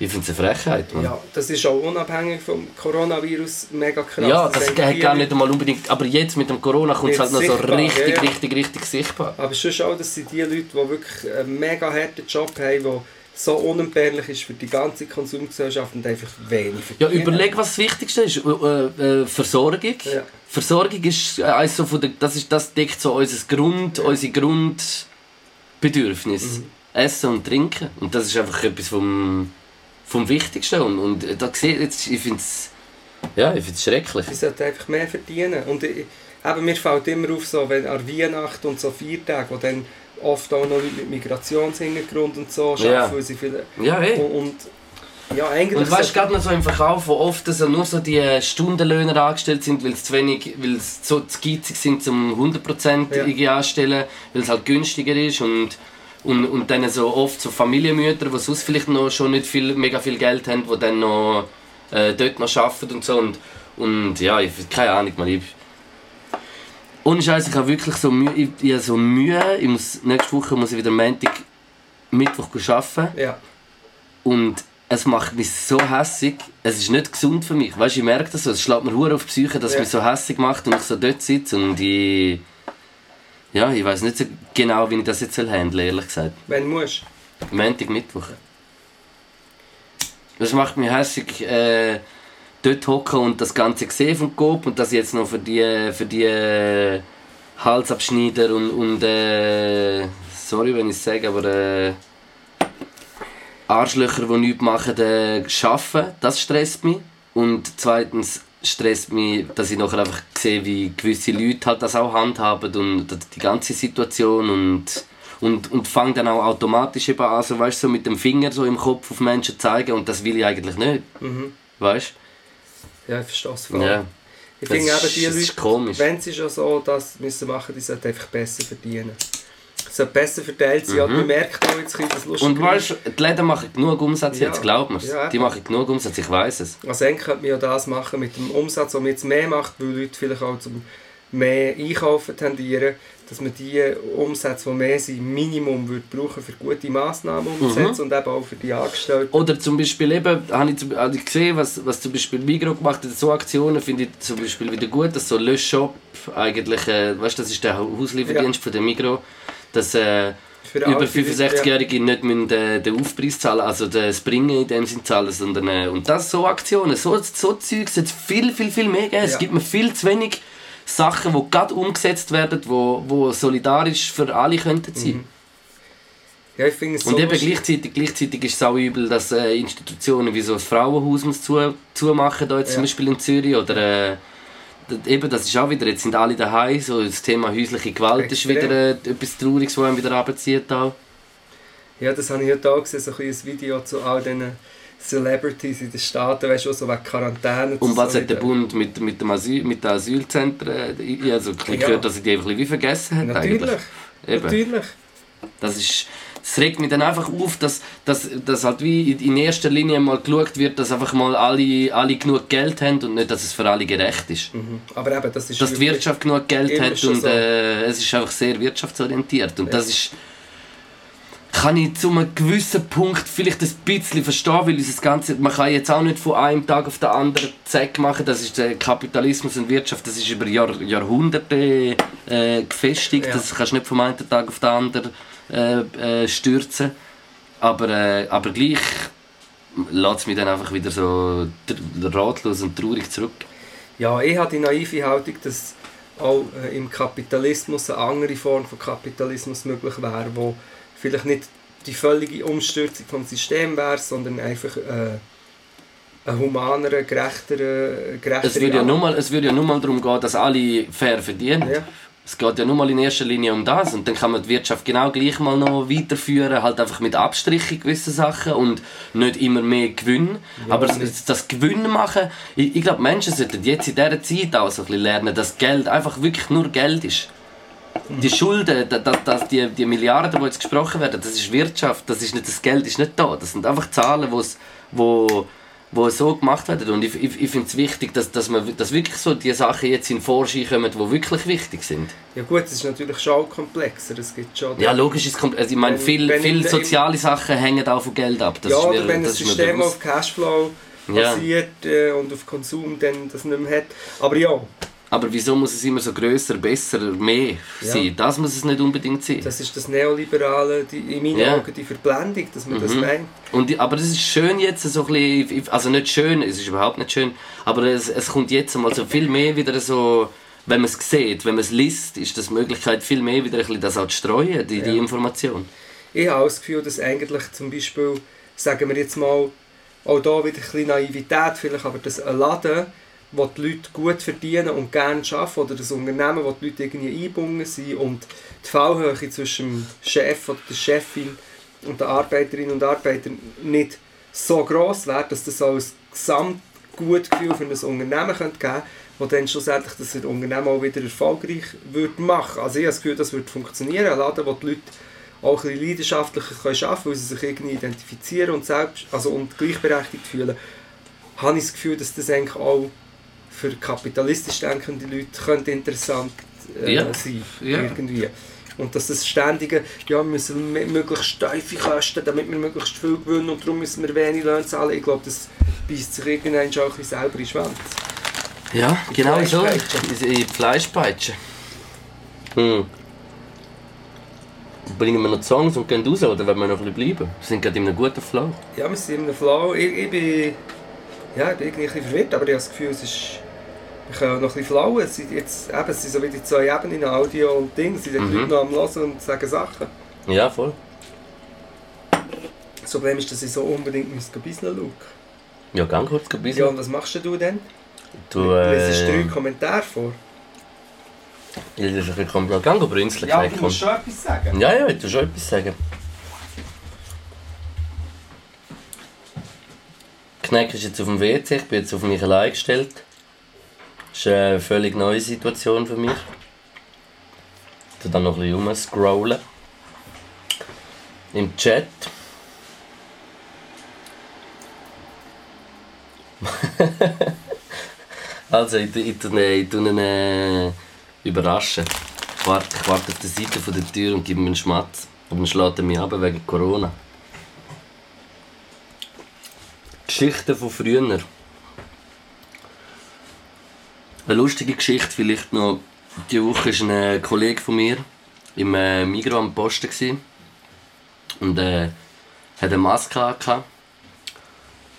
S3: ich finde es eine Frechheit, man.
S2: Ja, das ist auch unabhängig vom Coronavirus mega krass.
S3: Ja, das
S2: haben
S3: hat
S2: die
S3: gar nicht einmal unbedingt. Aber jetzt mit dem Corona kommt es
S2: Wird
S3: halt noch so
S2: sichtbar,
S3: richtig,
S2: ja, ja.
S3: richtig, richtig sichtbar.
S2: Aber sonst auch, das sind die Leute, die wirklich einen mega harten Job haben, der so unentbehrlich ist für die ganze Konsumgesellschaft und einfach wenig
S3: Ja,
S2: verdienen.
S3: überleg, was das Wichtigste ist. Äh, äh, Versorgung.
S2: Ja.
S3: Versorgung ist äh, eins so von der, das ist das deckt so unser Grund, unsere Grundbedürfnis. Essen und Trinken. äh, Und das ist einfach etwas vom, vom Wichtigsten. Und, und da sehe jetzt, ich finde es Ja, ich finde es schrecklich.
S2: Die sollten einfach mehr verdienen. Und ich, eben, mir fällt immer auf, so, wenn an Weihnachten und so Feiertagen, wo dann oft auch noch Leute mit Migrationshintergrund und so arbeiten,
S3: Ja.
S2: weil sie viele...
S3: Ja, eh. hey.
S2: Und, und ja, eigentlich...
S3: Und weißt du,
S2: sollte-
S3: gerade noch so im Verkauf, wo oft so nur so die Stundenlöhner angestellt sind, weil es zu wenig, weil es so zu geizig sind zum 100%ige anstellen, weil es halt günstiger ist und, und, und dann so oft so Familienmütter, die sonst vielleicht noch schon nicht viel, mega viel Geld haben, die dann noch äh, dort noch arbeiten und so und, und ja, ich, keine Ahnung, man, ich... Ohne Scheiß, ich habe wirklich so Mühe, ich, ich habe so Mühe, ich muss, nächste Woche muss ich wieder Montag, Mittwoch arbeiten
S2: Ja,
S3: und es macht mich so hässig. Es ist nicht gesund für mich. Weißt, du, ich merke das so. Es schlägt mir hure auf die Psyche, dass es
S2: Ja.
S3: mich so hässig macht und ich so dort sitze und ich. Ja, ich weiß nicht so genau, wie ich das jetzt soll handeln ehrlich gesagt.
S2: wenn du musst.
S3: Montag, Mittwoch. Das macht mich hässig, äh, dort hocken und das Ganze sehen vom Coop und das jetzt noch für die, für die äh, Halsabschneider und, und äh, sorry, wenn ich es sage, aber äh, Arschlöcher, die nichts machen, äh, arbeiten, das stresst mich. Und zweitens stresst mich, dass ich nachher einfach sehe, wie gewisse Leute halt das auch handhaben und die ganze Situation und und, und fange dann auch automatisch eben an, so, weißt, so mit dem Finger so im Kopf auf Menschen zu zeigen und das will ich eigentlich nicht,
S2: Mhm.
S3: weißt?
S2: Ja, ich verstehe es voll.
S3: Ja.
S2: Ich
S3: Das
S2: finde
S3: ist-
S2: eben, die
S3: das ist
S2: Leute,
S3: komisch.
S2: wenn sie schon so das müssen machen, die sollten einfach besser verdienen. Es sollte besser verteilt sein. Mhm. Man merkt auch jetzt ein bisschen, dass Lust
S3: Und weißt, die Läden machen genug Umsatz
S2: Ja.
S3: jetzt, glaub mir's.
S2: Ja, eben.
S3: Die machen genug Umsatz, ich weiß es.
S2: Also eigentlich könnte man ja das machen mit dem Umsatz, den man jetzt mehr macht, weil Leute vielleicht auch zum mehr Einkaufen tendieren, dass man die Umsätze, die mehr sind, Minimum würde brauchen für gute Massnahmen
S3: Mhm.
S2: umzusetzen und eben auch für die Angestellten.
S3: Oder zum Beispiel eben, habe ich, zum, habe ich gesehen, was, was zum Beispiel Migro gemacht hat, so Aktionen finde ich zum Beispiel wieder gut, dass so Löschshop eigentlich, äh, weißt du, das ist der Hauslieferdienst von der Migro, dass äh,
S2: Für
S3: über
S2: alte Leute,
S3: 65-Jährige nicht müssen, äh, den Aufpreis zahlen, also das Bringen in dem Sinn zahlen, sondern äh, und das so Aktionen, so, so Zeugs jetzt viel, viel, viel mehr geben. Es
S2: Ja.
S3: gibt mir viel zu wenig Sachen, die gerade umgesetzt werden, die wo, wo solidarisch für alle könnten sein.
S2: Ja, ja ich finde es Mhm. so
S3: Und eben
S2: lustig.
S3: gleichzeitig, gleichzeitig ist es auch übel, dass äh, Institutionen wie so das Frauenhaus muss zu, zumachen, da jetzt zum
S2: Ja.
S3: Beispiel in Zürich. Oder äh, d- eben, das ist auch wieder, jetzt sind alle daheim, so das Thema häusliche Gewalt
S2: Extrem.
S3: ist wieder äh, etwas Trauriges, was einem wieder runterzieht. Auch.
S2: Ja, das habe ich heute auch gesehen, so ein kleines Video zu all diesen Celebrities in den Staaten, weißt du, so wegen Quarantäne.
S3: Und was
S2: so
S3: hat der
S2: wieder-
S3: Bund mit, mit, dem Asyl, mit den Asylzentren? äh, Ich ich habe so ein bisschen
S2: Ja.
S3: gehört, dass ich die einfach ein bisschen wie vergessen hat
S2: Natürlich,
S3: eigentlich. Eben.
S2: natürlich.
S3: Das ist. Es regt mich dann einfach auf, dass, dass, dass halt wie in- in erster Linie mal geschaut wird, dass einfach mal alle, alle genug Geld haben und nicht, dass es für alle gerecht ist.
S2: Mhm. Aber eben, das ist
S3: Dass die Wirtschaft genug Geld
S2: Immer
S3: hat
S2: schon
S3: und
S2: so.
S3: äh, es ist einfach sehr wirtschaftsorientiert. Und das ist. Kann ich zu einem gewissen Punkt vielleicht ein bisschen verstehen, weil dieses Ganze. Man kann jetzt auch nicht von einem Tag auf den anderen Zeck machen. Das ist der Kapitalismus und Wirtschaft, das ist über Jahr, Jahrhunderte äh, gefestigt.
S2: Ja.
S3: Das kannst du nicht vom einen Tag auf den anderen äh, äh, stürzen. Aber, äh, aber gleich hm, lässt es mich dann einfach wieder so tr- ratlos und traurig zurück.
S2: Ja, ich habe die naive Haltung, dass auch äh, im Kapitalismus eine andere Form von Kapitalismus möglich wäre, wo vielleicht nicht die völlige Umstürzung vom System wäre, sondern einfach äh, ein humanerer, gerechterer, gerechterer
S3: Es würde, ja nur mal, es würde ja nur mal darum gehen, dass alle fair verdienen.
S2: Ja.
S3: Es geht ja nur mal in erster Linie um das. Und dann kann man die Wirtschaft genau gleich mal noch weiterführen, halt einfach mit Abstrichen gewisser Sachen und nicht immer mehr Gewinn. Aber das, das Gewinn machen, ich, ich glaube, Menschen sollten jetzt in dieser Zeit auch so ein bisschen lernen, dass Geld einfach wirklich nur Geld ist. Die Schulden, da- da- da- die, die Milliarden, die jetzt gesprochen werden, das ist Wirtschaft, das ist nicht das Geld, ist nicht da. Das sind einfach Zahlen, wo's, wo, wo so gemacht werden. Und ich, ich, ich finde es wichtig, dass, dass, man, dass wirklich so die Sachen jetzt in den Vorschein kommen, die wirklich wichtig sind.
S2: ja gut, es ist natürlich schon auch komplexer, es gibt schon...
S3: Ja, logisch ist komplett. Also ich meine,
S2: Wenn-
S3: viel,
S2: wenn
S3: viel
S2: im-
S3: soziale Sachen hängen auch von Geld ab. Das
S2: ja,
S3: ist mir,
S2: oder wenn
S3: das
S2: das
S3: ist mir
S2: System
S3: bewusst.
S2: auf Cashflow
S3: Ja.
S2: basiert äh, und auf Konsum dann das nicht mehr hat. Aber ja,
S3: Aber wieso muss es immer so grösser, besser, mehr
S2: Ja.
S3: sein? Das muss es nicht unbedingt sein.
S2: das ist das Neoliberale, die, in meinen
S3: Ja.
S2: Augen die Verblendung, dass man das meint.
S3: Und, die- aber es ist schön jetzt, so ein bisschen, ich- also nicht schön, es ist überhaupt nicht schön, aber es, es kommt jetzt mal so viel mehr wieder so, wenn man es sieht, wenn man es liest, ist das die Möglichkeit viel mehr wieder ein bisschen das auch zu streuen, die, die Information.
S2: Ich habe auch das Gefühl, dass eigentlich zum Beispiel, sagen wir jetzt mal, auch da wieder ein bisschen Naivität vielleicht, aber dass ein Laden wo die Leute gut verdienen und gerne arbeiten oder ein Unternehmen, wo die Leute irgendwie eingebunden sind und die Fallhöhe zwischen dem Chef oder der Chefin und der Arbeiterin und Arbeiter nicht so gross wäre, dass das auch ein gesamtgutes Gefühl für ein Unternehmen könnte geben könnte, wo dann schlussendlich das Unternehmen auch wieder erfolgreich würde machen Also ich habe das Gefühl, das würde funktionieren, ein Laden, wo die Leute auch ein bisschen leidenschaftlicher können arbeiten können, weil sie sich irgendwie identifizieren und, selbst, also und gleichberechtigt fühlen, habe ich das Gefühl, dass das eigentlich auch für kapitalistisch denkende Leute könnte interessant äh,
S3: Ja.
S2: sein
S3: Ja.
S2: irgendwie. Und dass das ständige, ja, wir müssen m- möglichst steife Kosten, damit wir möglichst viel gewinnen und darum müssen wir wenig Löhne zahlen. Ich glaube, das beißt sich irgendwann auch ein bisschen selber in den Schwanz.
S3: Ja, genau so.
S2: Fleischpeitsche.
S3: In die Fleischpeitsche. Hm. Bringen wir noch die Songs und gehen raus, oder wollen wir noch ein bisschen bleiben? Wir sind gerade in einem guten Flow.
S2: Ja, wir sind im Flow. Ich, ich bin, ja, ich bin irgendwie ein bisschen verwirrt, aber ich habe das Gefühl, es ist, wir können auch noch ein bisschen flauen. Es sind jetzt, eben, es sind so wie die zwei Ebenen, Audio und Ding, sind die
S3: Mhm.
S2: Leute noch am Hören und sagen Sachen.
S3: Ja, voll.
S2: Das Problem ist, dass ich so unbedingt muss ein bisschen schauen
S3: Ja, gang kurz ein
S2: Ja, und
S3: bisschen.
S2: was machst denn du denn?
S3: Du,
S2: Äh, Lesest drei
S3: äh,
S2: Kommentare vor.
S3: ich lasse dich kommen. Ja, gang brünzeln.
S2: Ja, aber du musst schon etwas sagen.
S3: ja, ja, ich will schon etwas sagen. Kneck ist jetzt auf dem WC, ich bin jetzt auf mich allein gestellt. Das ist eine völlig neue Situation für mich. Ich tu dann noch ein bisschen rumscrollen. Im Chat. also, ich, tu- ich, tu ihn- ich tu ihn äh, überraschen. Ich warte, ich warte auf der Seite von der Tür und gebe ihm einen Schmatz. Und dann schlägt er mich ab wegen Corona. Geschichten von früher. Eine lustige Geschichte vielleicht noch. Die Woche war ein äh, Kollege von mir im äh, Migros am Posten. Gewesen. Und äh, hat eine Maske angehabt.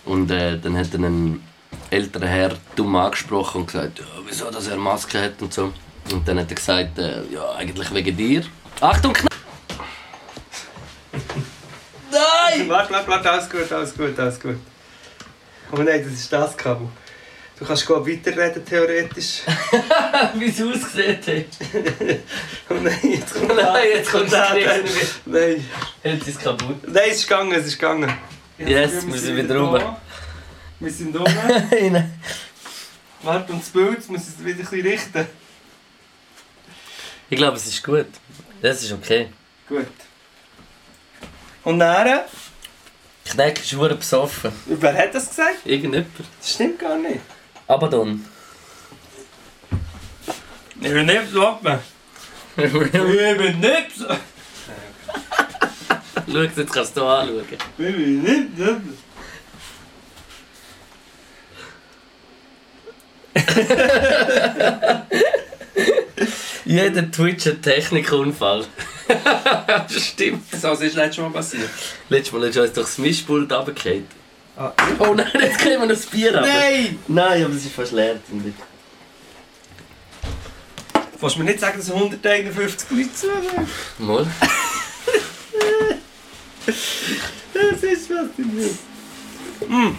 S3: Und äh, dann hat er einen älteren Herr dumm angesprochen und gesagt, ja, wieso dass er eine Maske hat und so. Und dann hat er gesagt, äh, ja, eigentlich wegen dir. Achtung, Kna Nein!
S2: Warte, warte, warte, alles gut, alles gut, alles gut. Oh nein, das ist das Kabel. Du kannst glaub, weiterreden, theoretisch.
S3: Wie es ausgesehen hat.
S2: Oh nein, jetzt kommt
S3: Nein, jetzt kommt
S2: das.
S3: der.
S2: Nein,
S3: Jetzt ist es kaputt.
S2: nein, es ist gegangen, es ist gegangen.
S3: Yes, wir sind wieder
S2: da.
S3: oben.
S2: Wir sind oben.
S3: Nein.
S2: Warte, und das Bild, jetzt muss ich es wieder ein bisschen richten.
S3: Ich glaube, es ist gut. Das ist okay.
S2: Gut. Und dann,
S3: Kneck ist verdammt besoffen.
S2: wer hat das gesagt?
S3: Irgendjemand.
S2: Das stimmt gar nicht.
S3: Abaddon.
S2: Ich bin nicht besoffen.
S3: Schau,
S2: Ich bin nicht besoffen.
S3: jetzt kannst du anschauen.
S2: Ich bin nicht besoffen.
S3: Jeder Twitch hat Technikunfall. Stimmt.
S2: So, das ist letztes Mal passiert.
S3: Letztes Mal hast du uns doch das Mischpult runtergefallen.
S2: Ah.
S3: Oh nein, jetzt kriegen wir noch das Bier runter.
S2: Nein!
S3: Nein, aber es ist fast leer. finde ich.
S2: Willst du mir nicht sagen, dass 151 Leute zuhören?
S3: Mal.
S2: Das ist was du willst. Mm.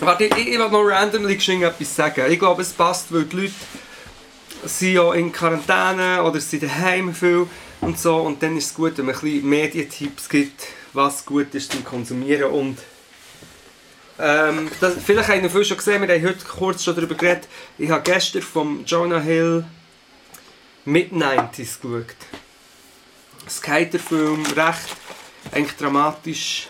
S2: Warte, ich, ich will noch randomly geschwind etwas sagen. Ich glaube, es passt, weil die Leute sind ja in Quarantäne oder sind daheim viel und so. Und dann ist es gut, wenn man ein bisschen Medientipps gibt, was gut ist zum Konsumieren. Und ähm, das, vielleicht haben wir schon gesehen, wir haben heute kurz schon darüber geredet. Ich habe gestern vom Jonah Hill Mid-90s geschaut. Skaterfilm, recht eigentlich dramatisch.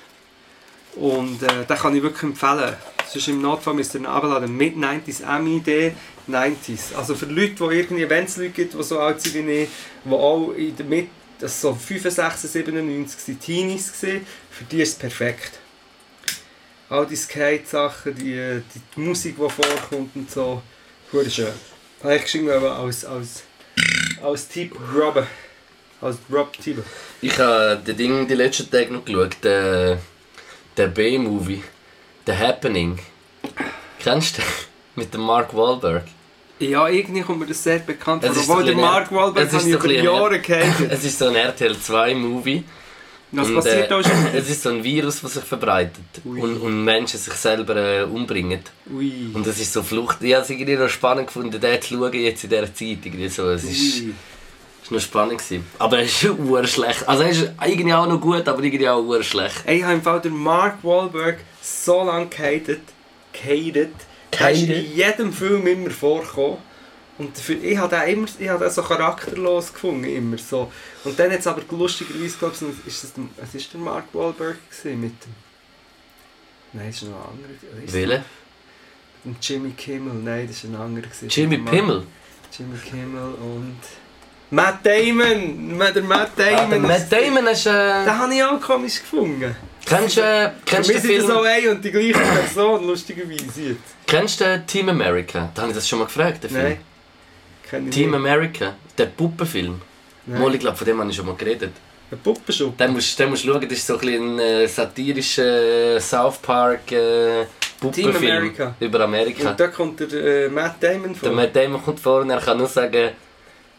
S2: Und äh, den kann ich wirklich empfehlen. Sonst im Notfall müsst ihr ihn runterladen. Mit 90s, MID 90s. Also für Leute, die irgendwie, wenn es Leute gibt, die so alt sind wie ich, die auch in der Mitte, das so 65, 97 sind, Teenies waren, für die ist es perfekt. All die Skate-Sachen, die, die, die Musik, die vorkommt und so. Hure schön. Habe ich geschrieben, aber als, als, als Tipp Robben. Als Rob-Tipp.
S3: Ich habe den Ding die letzten Tage noch geschaut. Den, den B-Movie. The Happening. Kennst du den? Mit dem Mark Wahlberg.
S2: Ja, irgendwie kommt mir das sehr bekannt
S3: Es
S2: vor.
S3: ist
S2: Obwohl
S3: doch
S2: der
S3: ein bisschen
S2: Mark Wahlberg
S3: es ist
S2: habe ich
S3: doch
S2: über
S3: ein bisschen
S2: Jahre kennt.
S3: Es ist so ein RTL 2 Movie.
S2: Was
S3: Und,
S2: passiert
S3: äh,
S2: auch schon?
S3: Es ist so ein Virus, das sich verbreitet
S2: Ui.
S3: und, und Menschen sich selber äh, umbringen.
S2: Ui.
S3: Und das ist so Flucht. Ich habe es irgendwie noch spannend gefunden, den zu schauen jetzt in dieser Zeit. Irgendwie so. Es ist,
S2: Ui.
S3: ist noch spannend gewesen. Aber es ist ur schlecht. Also es ist irgendwie auch noch gut, aber irgendwie auch ur schlecht.
S2: Ey, ich habe im Fall den Mark Wahlberg so lange gehatet. Gehatet. Der ist
S3: Gehatet?
S2: in jedem Film immer vorgekommen. Und für, ich habe den immer ich habe den so charakterlos gefunden. Immer so. Und dann jetzt aber lustigerweise, glaube ich, ist es, es ist der Mark Wahlberg gewesen mit dem... Nein, es ist noch ein anderer. gewesen. Ist es
S3: Wille?
S2: mit dem Jimmy Kimmel. Nein, das ist ein anderer. gewesen.
S3: Jimmy
S2: Mark-
S3: Pimmel.
S2: Jimmy Kimmel und... Matt Damon! Der Matt
S3: Ah, der
S2: Damon.
S3: Matt Damon ist. Äh,
S2: Den habe ich auch komisch gefunden.
S3: kennst du äh,
S2: Wir
S3: kennst du den
S2: sind so
S3: Film?
S2: ein und die gleiche Person, lustigerweise jetzt.
S3: Kennst du den Team America? Da habe ich das schon mal gefragt. Den Film.
S2: Nein. Kenn ich
S3: Team
S2: nicht.
S3: America, der Puppenfilm.
S2: Nein.
S3: Mal, ich glaube, von dem habe ich schon mal geredet.
S2: Ein Puppenschub.
S3: Den musst du musst schauen, das ist so ein, bisschen ein äh, satirischer äh, South Park äh, Puppenfilm
S2: Team America.
S3: über Amerika.
S2: Und da kommt der äh, Matt
S3: Der
S2: Damon vor.
S3: Matt Damon kommt vor und er kann nur sagen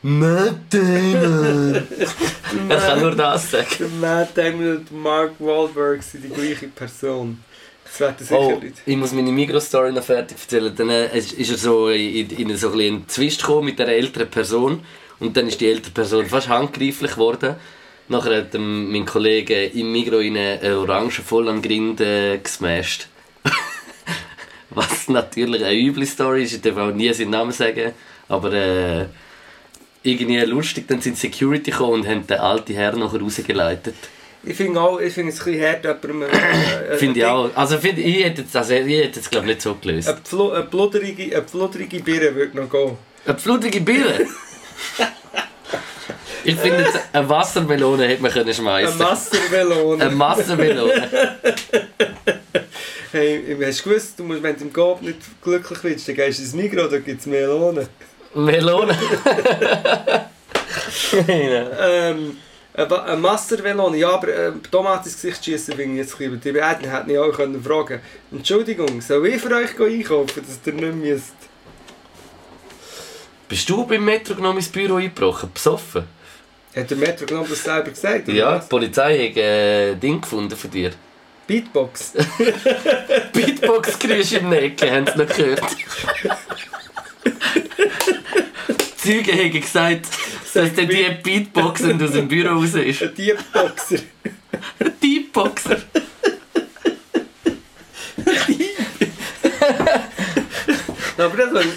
S3: Matt Damon. er kann nur das sagen.
S2: Der Matt Damon und Mark Wahlberg sind die gleiche Person. Das wird sicher
S3: Oh,
S2: nicht.
S3: ich muss meine Migros-Story noch fertig erzählen. Dann äh, es- ist er so in, in, in so ein bisschen einen Zwist gekommen mit einer älteren Person. Und dann ist die ältere Person fast handgreiflich geworden. Nachher hat ähm, mein Kollege im Migro eine äh, Orange voll an Grind äh, gesmashed. Was natürlich eine üble Story ist, ich darf auch nie seinen Namen sagen. Aber äh, irgendwie lustig, dann sind die Security gekommen und haben den alten Herrn nachher rausgeleitet.
S2: Ich finde auch, ich finde es ein bisschen hart, jemandem... Äh, äh,
S3: Finde ich
S2: ein
S3: auch. Also, find, ich hätte es also, ich hätte es, glaub, nicht so
S2: Ding-
S3: gelöst.
S2: Eine, Pflu- eine bluderige, eine bluderige Birne würde noch gehen.
S3: Eine blutige Birne. ich finde, jetzt, eine Wassermelone hätte man können
S2: Eine
S3: schmeißen.
S2: Massermelone.
S3: Eine Wassermelone.
S2: hey, hast du gewusst, du musst, wenn du im Gab nicht glücklich willst, dann gehst du ins Migros, da gibt es Melonen.
S3: Melone.
S2: Ähm, ein Wa- ein Mastervelon, ja, aber äh, Tomat ins Gesicht schießen wegen jetzt ein bisschen übertrieben. Hätten hätten ja auch können fragen Entschuldigung, soll ich für euch gehen einkaufen, dass ihr nicht müsst?
S3: Bist du beim Metro genommen ins Büro eingebrochen? Besoffen?
S2: Hat der Metro genau das selber gesagt? oder
S3: Ja,
S2: was?
S3: die Polizei hat äh, ein Ding gefunden für dir.
S2: Beatbox.
S3: Beatbox-Geräusche im Nacken, haben sie noch gehört. Die Zeugen haben gesagt, dass der die Beatboxen aus dem Büro raus ist.
S2: Ein Deepboxer.
S3: Beatboxer.
S2: aber das war...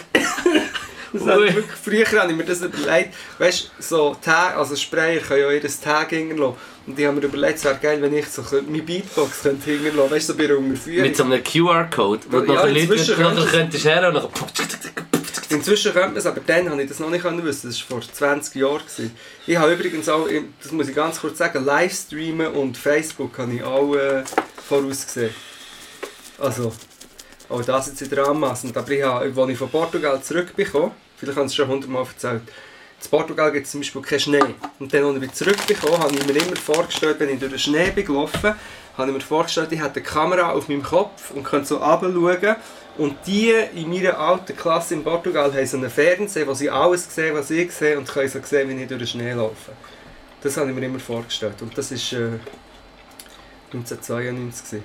S2: Das hat
S3: Ui.
S2: wirklich, früher habe ich mir das überlegt, weißt du, so Tag, also Sprayer können ja ihr Tag hinterlassen. Und ich habe mir überlegt, es wäre geil, wenn ich so könnte- meine Beatbox könnte hinterlassen, weißt du, so bei einer Unterführung.
S3: Mit so einem QR-Code, wo
S2: Ja,
S3: du nachher Leute
S2: inzwischen
S3: nicht nachher
S2: könntest-
S3: könntest her und nachher...
S2: Inzwischen könnte man es, aber dann habe ich das noch nicht können wissen. Das war vor 20 Jahren. gewesen. Ich habe übrigens auch, das muss ich ganz kurz sagen, Livestreamen und Facebook habe ich auch äh, vorausgesehen. Also, auch das jetzt wieder anmassend. Aber ich habe, als ich von Portugal zurückbekomme, vielleicht habe ich es schon hundertmal erzählt, in Portugal gibt es zum Beispiel keinen Schnee. Und dann, als ich wieder zurückbekomme, habe ich mir immer vorgestellt, wenn ich durch den Schnee bin gelaufen, habe ich mir vorgestellt, ich hätte eine Kamera auf meinem Kopf und könnte so runterschauen. Und die in meiner alten Klasse in Portugal haben so einen Fernseher, wo sie alles sehen, was ich sehe und können so sehen, wie ich durch den Schnee laufe. Das habe ich mir immer vorgestellt. Und das war äh, 1992. gewesen.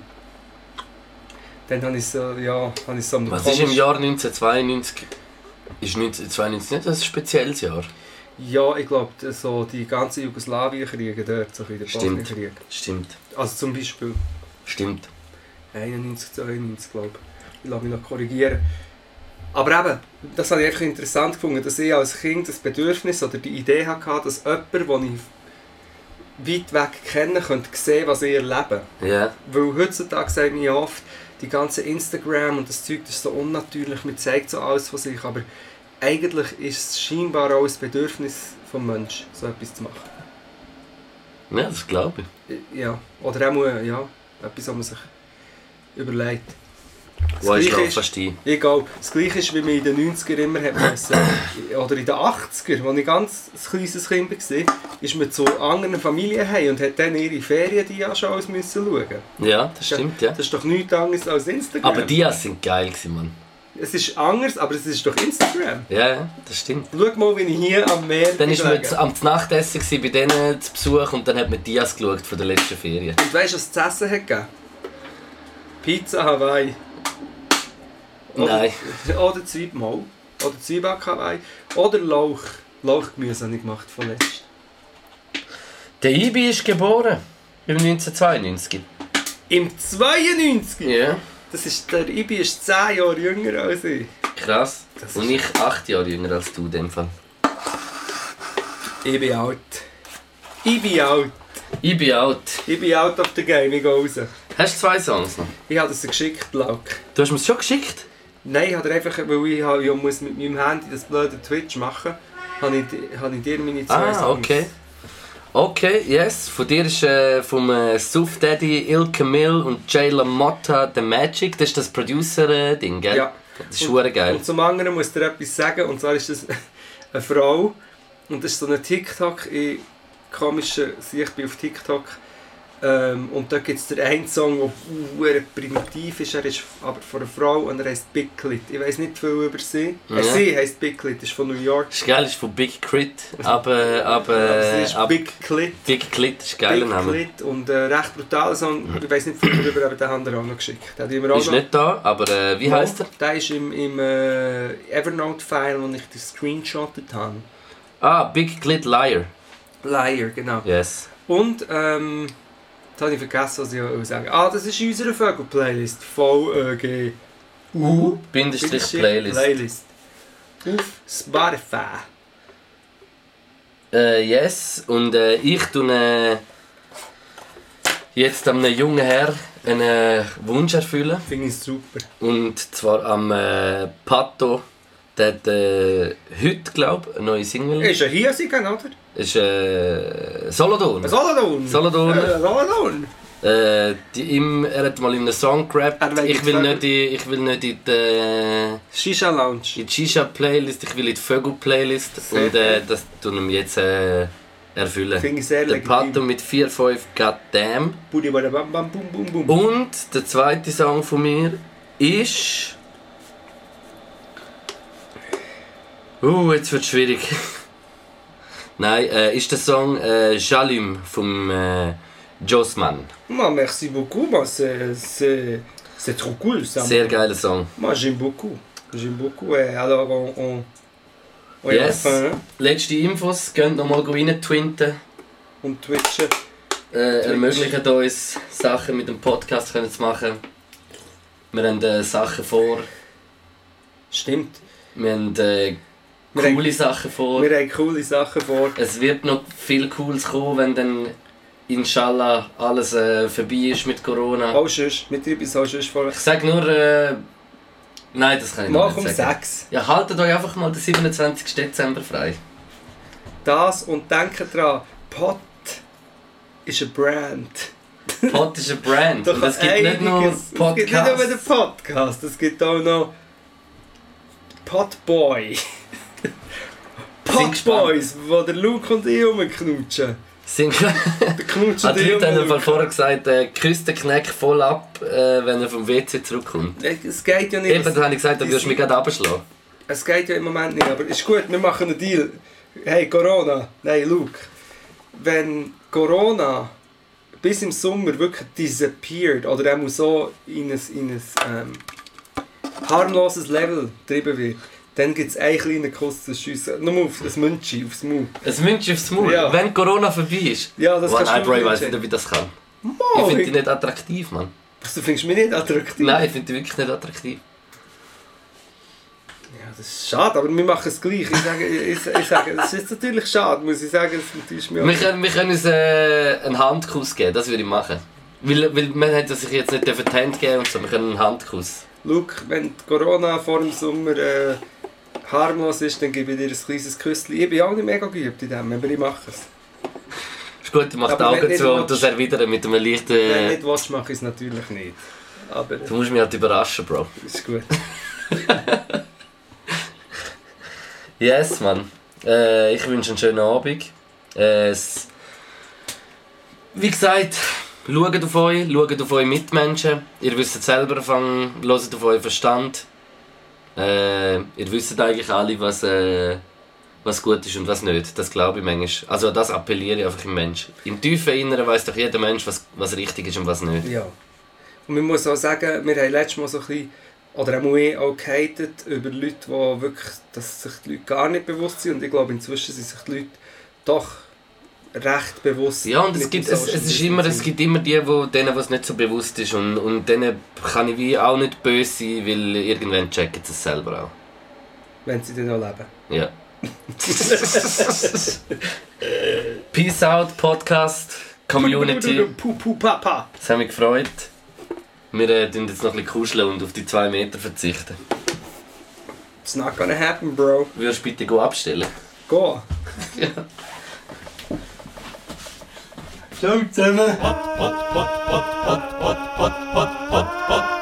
S2: Dann habe ich so, ja, habe ich so einen
S3: Was ist im
S2: komischen-
S3: Jahr 1992? Ist 1992 nicht ein spezielles Jahr?
S2: Ja, ich glaube, so die ganzen Jugoslawienkriege dort, so ein bisschen der
S3: Stimmt.
S2: Bosnienkrieg.
S3: Stimmt.
S2: Also zum Beispiel
S3: Stimmt.
S2: 91, 92, glaube ich. Ich lasse mich noch korrigieren. Aber eben, das habe ich einfach interessant gefunden, dass ich als Kind das Bedürfnis oder die Idee hatte, dass jemand, den ich weit weg kenne, könnte sehen, was ich erlebe.
S3: Ja.
S2: Weil heutzutage sage ich ja oft, die ganze Instagram und das Zeug das ist so unnatürlich, man zeigt so alles von sich, aber eigentlich ist es scheinbar auch ein Bedürfnis vom Menschen, so etwas zu machen.
S3: Ja, das glaube ich.
S2: Ja, oder auch mal, ja, etwas, was man sich überlegt. Das
S3: Wo ist
S2: Gleiche
S3: noch
S2: ist,
S3: fast ein?
S2: egal, das gleiche ist, wie man in den 90er immer hat müssen. Oder in den 80er, als ich ganz ein kleines Kind war, ist man zu anderen Familien heim und hat dann ihre Ferien die ja schon alles müssen schauen.
S3: Ja, das stimmt, ja.
S2: Das ist doch nichts anderes als Instagram.
S3: Aber Dias sind geil gewesen, Mann.
S2: Es ist anders, aber es ist doch Instagram.
S3: Ja, das stimmt.
S2: Schau mal, wie ich hier am Meer
S3: Dann war man
S2: gelegen.
S3: zu- am Nachtessen gewesen bei denen zu Besuch und dann hat man Dias geschaut von der letzten Ferien.
S2: Und weißt du, was es zu essen hat gegeben? Pizza Hawaii.
S3: Nein.
S2: Oder Zwiebmal. Oder Zwieback Hawaii. Oder Lauch. Lauchgemüse habe ich gemacht von letztem.
S3: Der Ibi ist geboren. Im 1992.
S2: Im 92!
S3: Ja.
S2: Das ist, der Ibi ist 10 Jahre jünger als ich.
S3: Krass.
S2: Das
S3: Und ich acht Jahre jünger als du in dem Fall.
S2: Ich bin alt. Ich bin alt.
S3: Ich bin alt.
S2: Ich bin out of the game, ich gehe raus.
S3: Hast du zwei Songs noch?
S2: Ich habe das geschickt, Lauk.
S3: Du hast mir schon geschickt?
S2: Nein, ich habe dir einfach, weil ich habe, ja muss mit meinem Handy das blöde Twitch machen habe ich, di- habe ich dir meine zwei
S3: Ah,
S2: Songs.
S3: okay. Okay, yes. Von dir ist äh, vom äh, Suf Daddy, Il Camille und Jay LaMotta The Magic. Das ist das Producer-Ding, gell?
S2: Ja.
S3: Das ist hure geil.
S2: Und zum anderen muss dir etwas sagen, und zwar ist das
S3: Äh,
S2: eine Frau und das ist so eine TikTok in komischer Sicht, ich bin auf TikTok ähm, und da gibt es den einen Song, der sehr primitiv ist, er ist aber von einer Frau und er heißt Bicklit. Ich weiß nicht viel über sie.
S3: Ja.
S2: Äh, sie heißt Bicklit, ist von New York.
S3: Das ist geil, ist von Big Crit. Aber,
S2: Aber
S3: aber,
S2: sie ist
S3: aber
S2: Bicklit.
S3: Big Clit ist ein geiler Name.
S2: Bicklit und äh, recht brutaler Song. Ich weiß nicht viel darüber, aber den haben wir auch noch geschickt. Den haben wir auch
S3: Ist
S2: noch-
S3: nicht da, aber äh, wie heißt er?
S2: Der ist im, im äh, Evernote-File, wo ich den screenshottet habe.
S3: Ah, Big Clit Liar.
S2: Liar, genau.
S3: Yes.
S2: Und, ähm, jetzt habe ich vergessen, was ich auch sagen wollte. Ah, das ist unsere Vögel-Playlist. VÖG.
S3: U Bindestrich Uh. Playlist.
S2: Playlist. Auf Spotify.
S3: Äh, yes. Und äh, ich tue äh, jetzt einem jungen Herr einen äh, Wunsch erfüllen.
S2: Finde ich super.
S3: Und zwar am äh, Pato. Der hat äh, heute, glaube ich, eine neue Single.
S2: Ist ja hier sicher, oder?
S3: Ist äh, Solodon.
S2: Solodon!
S3: Solodon.
S2: Äh, Solodon!
S3: Äh, die, im, er hat mal in einem Song gerappt.
S2: Er will
S3: Ich
S2: jetzt
S3: will,
S2: Vögel.
S3: nicht in, ich will nicht in die, äh,
S2: Shisha Lounge.
S3: in die Shisha-Playlist, ich will in die Vögel-Playlist.
S2: Sehr
S3: Und äh, das tun wir ihm jetzt äh, erfüllen.
S2: Finde ich sehr
S3: Der Pato
S2: legitim.
S3: mit 4-5 Goddamn.
S2: Budi bada bam bam bum bum
S3: Oh.
S2: bum.
S3: Und der zweite Song von mir ist. Uh, jetzt wird schwierig. Nein, äh, ist der Song äh, Jalim vom äh, Josman.
S2: Moi, merci beaucoup. Moi, c'est- c'est c'est trop cool, ça.
S3: Sehr geiler Song.
S2: Moi, j'aime beaucoup. J'aime beaucoup. Et alors, on... on... on est
S3: Yes.
S2: à la fin, hein.
S3: Letzte Infos, könnt nochmal rein twinten.
S2: und twitchen.
S3: Äh, ermöglichen uns, Sachen mit dem Podcast können zu machen. Wir haben äh, Sachen vor,
S2: Stimmt.
S3: wir haben äh,
S2: Wir haben-
S3: coole Sachen vor.
S2: Wir haben coole Sachen vor.
S3: Es wird noch viel Cooles kommen, wenn dann inshallah alles äh, vorbei ist mit Corona.
S2: Auch sonst, wir treiben es auch sonst vor.
S3: Ich sage nur, äh, nein, das kann ich noch
S2: Mach um
S3: nicht sagen.
S2: 6.
S3: Ja, haltet euch einfach mal den 27. Dezember frei.
S2: Das und denkt dran, Pot ist eine Brand.
S3: Pod ist eine Brand.
S2: Da
S3: Und es gibt nicht nur
S2: einiges- Es gibt nicht nur den
S3: Podcasts.
S2: Podcast, es gibt auch noch Potboy.
S3: Sind
S2: Potboys, wo der Luke und ich rumknutschen.
S3: Sind
S2: Der Knutschen
S3: Ah, die Leute haben im Fall vorher gesagt, äh, küsst den Kneck voll ab, äh, wenn er vom WC zurückkommt.
S2: Es geht ja nicht.
S3: Eben, dann habe ich gesagt, dann wirst du mich gerade abschlagen.
S2: Es geht ja im Moment nicht, aber ist gut, wir machen einen Deal. Hey Corona, nein Luke, wenn Corona bis im Sommer wirklich disappeared oder auch so in ein, in ein ähm, harmloses Level getrieben wird, dann gibt es einen kleinen Kuss zu schiessen. Nur auf das Münchi, aufs Maul.
S3: Es wünsche aufs Maul.
S2: Ja.
S3: Wenn Corona vorbei ist.
S2: Ja, das
S3: One
S2: kannst
S3: Eye
S2: du
S3: Bray
S2: mir
S3: weiß
S2: nicht
S3: nicht, ob ich das kann. Ich
S2: Moi!
S3: finde die nicht attraktiv, Mann.
S2: Was, du findest mich nicht attraktiv?
S3: Nein, ich finde die wirklich nicht attraktiv.
S2: Ja, das ist schade, aber wir machen es gleich. Ich sage, ich, ich sage, es ist natürlich schade, muss ich sagen, es enttäuscht mich
S3: Wir können, wir können uns äh, einen Handkuss geben, das würde ich machen. Weil, weil man hätte sich jetzt nicht dürfen die Hände geben und so, wir können einen Handkuss.
S2: Luke, wenn die Corona vor dem Sommer äh, harmlos ist, dann gebe ich dir ein kleines Küsschen. Ich bin auch nicht mega geübt in dem, aber ich mache es.
S3: Ist gut, ich mache die
S2: Aber wenn
S3: Augen
S2: nicht
S3: zu und
S2: willst-
S3: das erwidern mit einem leichten...
S2: Wenn du nicht willst, mache ich es natürlich nicht. Aber
S3: Du musst mich halt überraschen, Bro.
S2: ist gut.
S3: Yes, Mann. Äh, ich wünsche einen schönen Abend. Äh, es, wie gesagt, schaut auf euch, schaut auf eure Mitmenschen. Ihr wisst es selber, fangen, hört auf euren Verstand. Äh, ihr wisst eigentlich alle, was, äh, was gut ist und was nicht. Das glaube ich manchmal. Also an das appelliere ich einfach im Menschen. Im tiefen Inneren weiß doch jeder Mensch, was, was richtig ist und was nicht.
S2: Ja. Und man muss auch sagen, wir haben letztes Mal so ein bisschen, oder auch ich auch gehatet über Leute, die wirklich, dass sich die Leute gar nicht bewusst sind. Und ich glaube, inzwischen sind sich die Leute doch recht bewusst.
S3: Ja, und es
S2: mit dem
S3: gibt, es,
S2: Social
S3: es, ist
S2: Distancing.
S3: immer, es gibt immer die, wo, denen was nicht so bewusst ist. Und, und denen kann ich wie auch nicht böse sein, weil irgendwann checken sie es selber auch.
S2: Wenn sie dann noch leben.
S3: Ja. Peace out, Podcast, Community.
S2: Puh, puh, papa.
S3: Es hat mich gefreut. Wir äh, tun jetzt noch ein bisschen kuscheln und auf die 2 Meter verzichten.
S2: It's not gonna happen, bro.
S3: Würdest du bitte go abstellen?
S2: Go.
S4: Ciao zusammen.
S1: Pod, Pod, Pod, Pod, Pod, Pod, Pod, Pod, Pod.